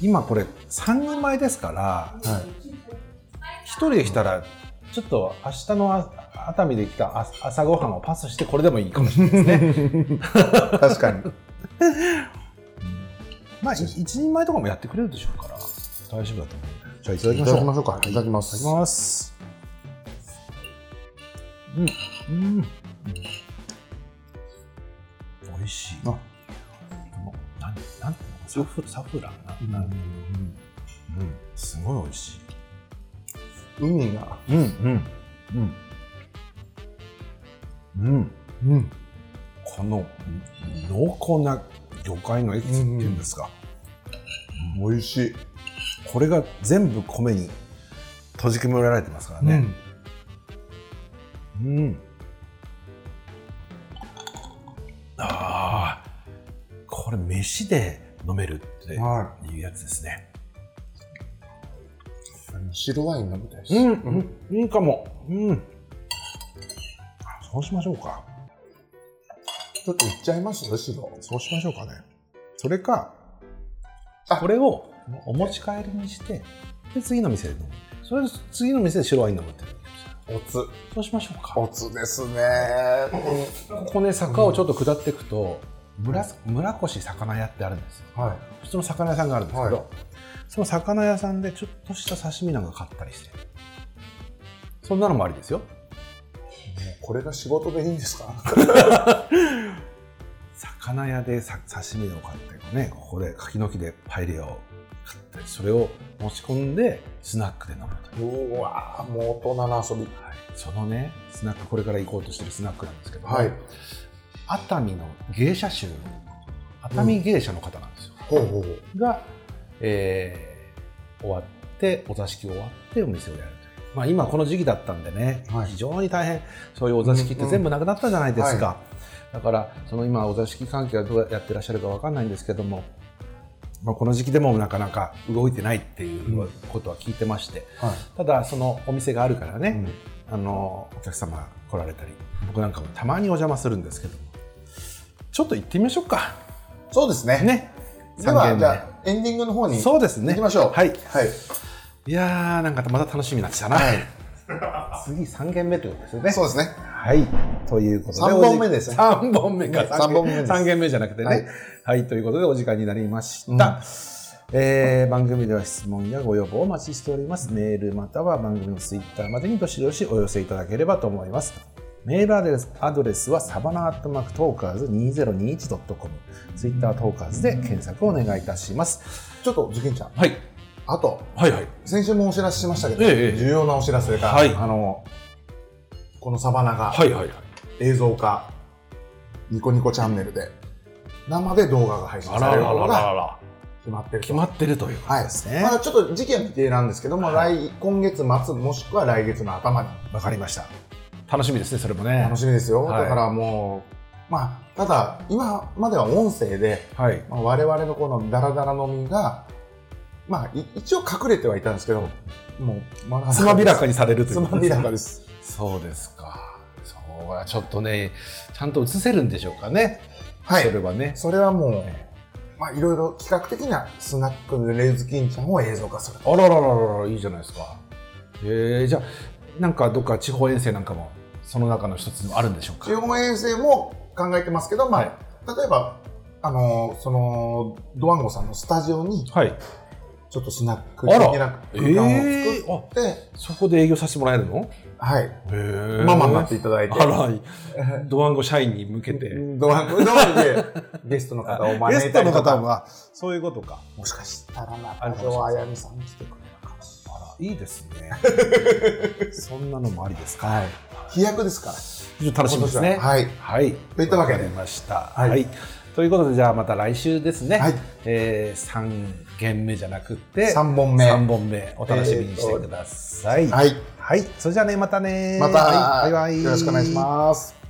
[SPEAKER 1] 今これ3人前ですから、
[SPEAKER 2] は
[SPEAKER 1] 1人で来たら、ちょっと明日のあ熱海で来た朝朝ごはんをパスしてこれでもいいかもしれないですね。
[SPEAKER 2] い確かに
[SPEAKER 1] まあ、い一人前とかもやってくれるでしょうから、大丈夫だと思う。じゃあいただ
[SPEAKER 2] い
[SPEAKER 1] き
[SPEAKER 2] た
[SPEAKER 1] ましょう
[SPEAKER 2] だき。ましょうかいただきま
[SPEAKER 1] いただ
[SPEAKER 2] す
[SPEAKER 1] きます。うん、うん。美味しい。
[SPEAKER 2] あ
[SPEAKER 1] このなん、なんていうの、サフ、サフランな。うん、うん、すごい美味し
[SPEAKER 2] 海が
[SPEAKER 1] い。うん、うん、うん。うん、
[SPEAKER 2] うん
[SPEAKER 1] この濃厚な魚介のエキスっていうんですか。
[SPEAKER 2] 美味しい
[SPEAKER 1] これが全部米に閉じ込められてますからね。
[SPEAKER 2] うん
[SPEAKER 1] うん。ああ、これ飯で飲めるって
[SPEAKER 2] は
[SPEAKER 1] いうやつですね。
[SPEAKER 2] い白ワイン飲みたいです
[SPEAKER 1] ん、うん、いいかも。うん。あそうしましょうか。
[SPEAKER 2] ちょっといっちゃいます白
[SPEAKER 1] そうしましょうかね。それか
[SPEAKER 2] あ、
[SPEAKER 1] これをお持ち帰りにして、で、次の店で飲む。それで次の店で白ワイン飲むっていうのがいいかもしれない。
[SPEAKER 2] おつ
[SPEAKER 1] そうしましょうか。
[SPEAKER 2] おつですね
[SPEAKER 1] ここね、坂をちょっと下っていくと、村村越魚屋ってあるんですよ。
[SPEAKER 2] は
[SPEAKER 1] 普通の魚屋さんがあるんですけど、
[SPEAKER 2] は
[SPEAKER 1] その魚屋さんでちょっとした刺身なんか買ったりしてそんなのもありですよ
[SPEAKER 2] いもうこれが仕事でいいんですか
[SPEAKER 1] 魚屋でさ刺身を買ってねここで柿の木でパエリアを買ってそれを持ち込んでスナックで飲むという
[SPEAKER 2] わーもう大人の遊び
[SPEAKER 1] はい、そのねスナックこれから行こうとしてるスナックなんですけど、
[SPEAKER 2] はい
[SPEAKER 1] 熱海の芸者衆熱海芸者の方なんですよ、
[SPEAKER 2] ほうほうほう
[SPEAKER 1] が、えー終わってお座敷終わってお店をやるというまあ、今この時期だったんでね、
[SPEAKER 2] はい
[SPEAKER 1] 非常に大変そういうお座敷って全部なくなったじゃないですか、
[SPEAKER 2] は
[SPEAKER 1] だからその今お座敷関係はどうやってらっしゃるかわかんないんですけども、まあ、この時期でもなかなか動いてないっていうことは聞いてまして、
[SPEAKER 2] はい
[SPEAKER 1] ただそのお店があるからね、
[SPEAKER 2] うん
[SPEAKER 1] あのお客様が来られたり僕なんかもたまにお邪魔するんですけどもちょっと行ってみましょうか
[SPEAKER 2] そうですね
[SPEAKER 1] ね
[SPEAKER 2] で
[SPEAKER 1] 三
[SPEAKER 2] は
[SPEAKER 1] 軒
[SPEAKER 2] じ
[SPEAKER 1] 目
[SPEAKER 2] ゃあエンディングの方に
[SPEAKER 1] そうですね
[SPEAKER 2] 行きましょう
[SPEAKER 1] はい
[SPEAKER 2] はい
[SPEAKER 1] いやーなんかまた楽しみになってきたな、 次3軒目ということですよね
[SPEAKER 2] そうですね
[SPEAKER 1] はいということで
[SPEAKER 2] 三本目ですね
[SPEAKER 1] 3本目か
[SPEAKER 2] ね三本目です
[SPEAKER 1] 3軒目じゃなくてねは
[SPEAKER 2] はいい、
[SPEAKER 1] ということでお時間になりました、
[SPEAKER 2] うん
[SPEAKER 1] えー番組では質問やご要望をお待ちしておりますメールまたは番組のツイッターまでにどしどしお寄せいただければと思いますメールアドレスアドレスはサバナアットマークトーカーズ 2021.com ツイッタートーカーズで検索をお願いいたします
[SPEAKER 2] ちょっとズキンちゃん
[SPEAKER 1] はい
[SPEAKER 2] あと
[SPEAKER 1] はいはい
[SPEAKER 2] 先週もお知らせしましたけど、
[SPEAKER 1] ええ
[SPEAKER 2] 重要なお知らせが、
[SPEAKER 1] はい
[SPEAKER 2] あのこのサバナが
[SPEAKER 1] はいはいはい
[SPEAKER 2] 映像化、ニコニコチャンネルで生で動画が配信されることが
[SPEAKER 1] ら
[SPEAKER 2] 決まってると
[SPEAKER 1] 決まってるということ
[SPEAKER 2] はい
[SPEAKER 1] ですね。
[SPEAKER 2] まだちょっと時期は未定なんですけども、
[SPEAKER 1] は
[SPEAKER 2] 来今月末もしくは来月の頭に
[SPEAKER 1] わかりました。楽しみですね、それもね。
[SPEAKER 2] 楽しみですよ、
[SPEAKER 1] はい
[SPEAKER 2] だからもうまあただ今までは音声で、
[SPEAKER 1] はい。
[SPEAKER 2] まあ、我々のこのダラダラのみがまあい一応隠れてはいたんですけどもうまだ
[SPEAKER 1] つまびらかにされるとい
[SPEAKER 2] つ
[SPEAKER 1] うこと
[SPEAKER 2] ま
[SPEAKER 1] で
[SPEAKER 2] び
[SPEAKER 1] すね
[SPEAKER 2] らかです
[SPEAKER 1] そうですか。そうはちょっとね、ちゃんと映せるんでしょうかね。
[SPEAKER 2] はい
[SPEAKER 1] それはね。
[SPEAKER 2] それはもう、まあ、いろいろ企画的にはスナックのレズキンちゃんを映像化する。
[SPEAKER 1] あらららららいいじゃないですか。えー、じゃあなんかどっか地方遠征なんかもその中の一つあるんでしょうか。
[SPEAKER 2] 中国遠征も考えてますけど、まあ、
[SPEAKER 1] はい
[SPEAKER 2] 例えば、あのその、ドワンゴさんのスタジオに、
[SPEAKER 1] はい。
[SPEAKER 2] ちょっとスナック
[SPEAKER 1] あら
[SPEAKER 2] 的な空間を作
[SPEAKER 1] えーあ
[SPEAKER 2] って、
[SPEAKER 1] そこで営業させてもらえるの？
[SPEAKER 2] はい、
[SPEAKER 1] へー
[SPEAKER 2] ママになっていただい て、
[SPEAKER 1] あら、ドワンゴ社員に向けて。
[SPEAKER 2] ドワンゴ、ドワンゴでゲストの方を招いたりとか、
[SPEAKER 1] がそういうことか。
[SPEAKER 2] もしかしたら
[SPEAKER 1] あるかもし
[SPEAKER 2] 中
[SPEAKER 1] れ
[SPEAKER 2] 条
[SPEAKER 1] な
[SPEAKER 2] あ
[SPEAKER 1] い
[SPEAKER 2] やみさん来てくれるかもしれない。
[SPEAKER 1] あら、いいですね。 そんなのもありですか。
[SPEAKER 2] はい。飛躍ですから。
[SPEAKER 1] 非常に楽しみですね。
[SPEAKER 2] はい。
[SPEAKER 1] はい。
[SPEAKER 2] といったわけで
[SPEAKER 1] かりました。は。
[SPEAKER 2] はいい
[SPEAKER 1] ということで、じゃあまた来週ですね。
[SPEAKER 2] はい
[SPEAKER 1] えー、3軒目じゃなくて、
[SPEAKER 2] 三本目
[SPEAKER 1] 三本目、お楽しみにしてください。
[SPEAKER 2] はい。
[SPEAKER 1] はい。それじゃあね、またね。
[SPEAKER 2] また、
[SPEAKER 1] はいバイバイ。
[SPEAKER 2] よろしくお願いします。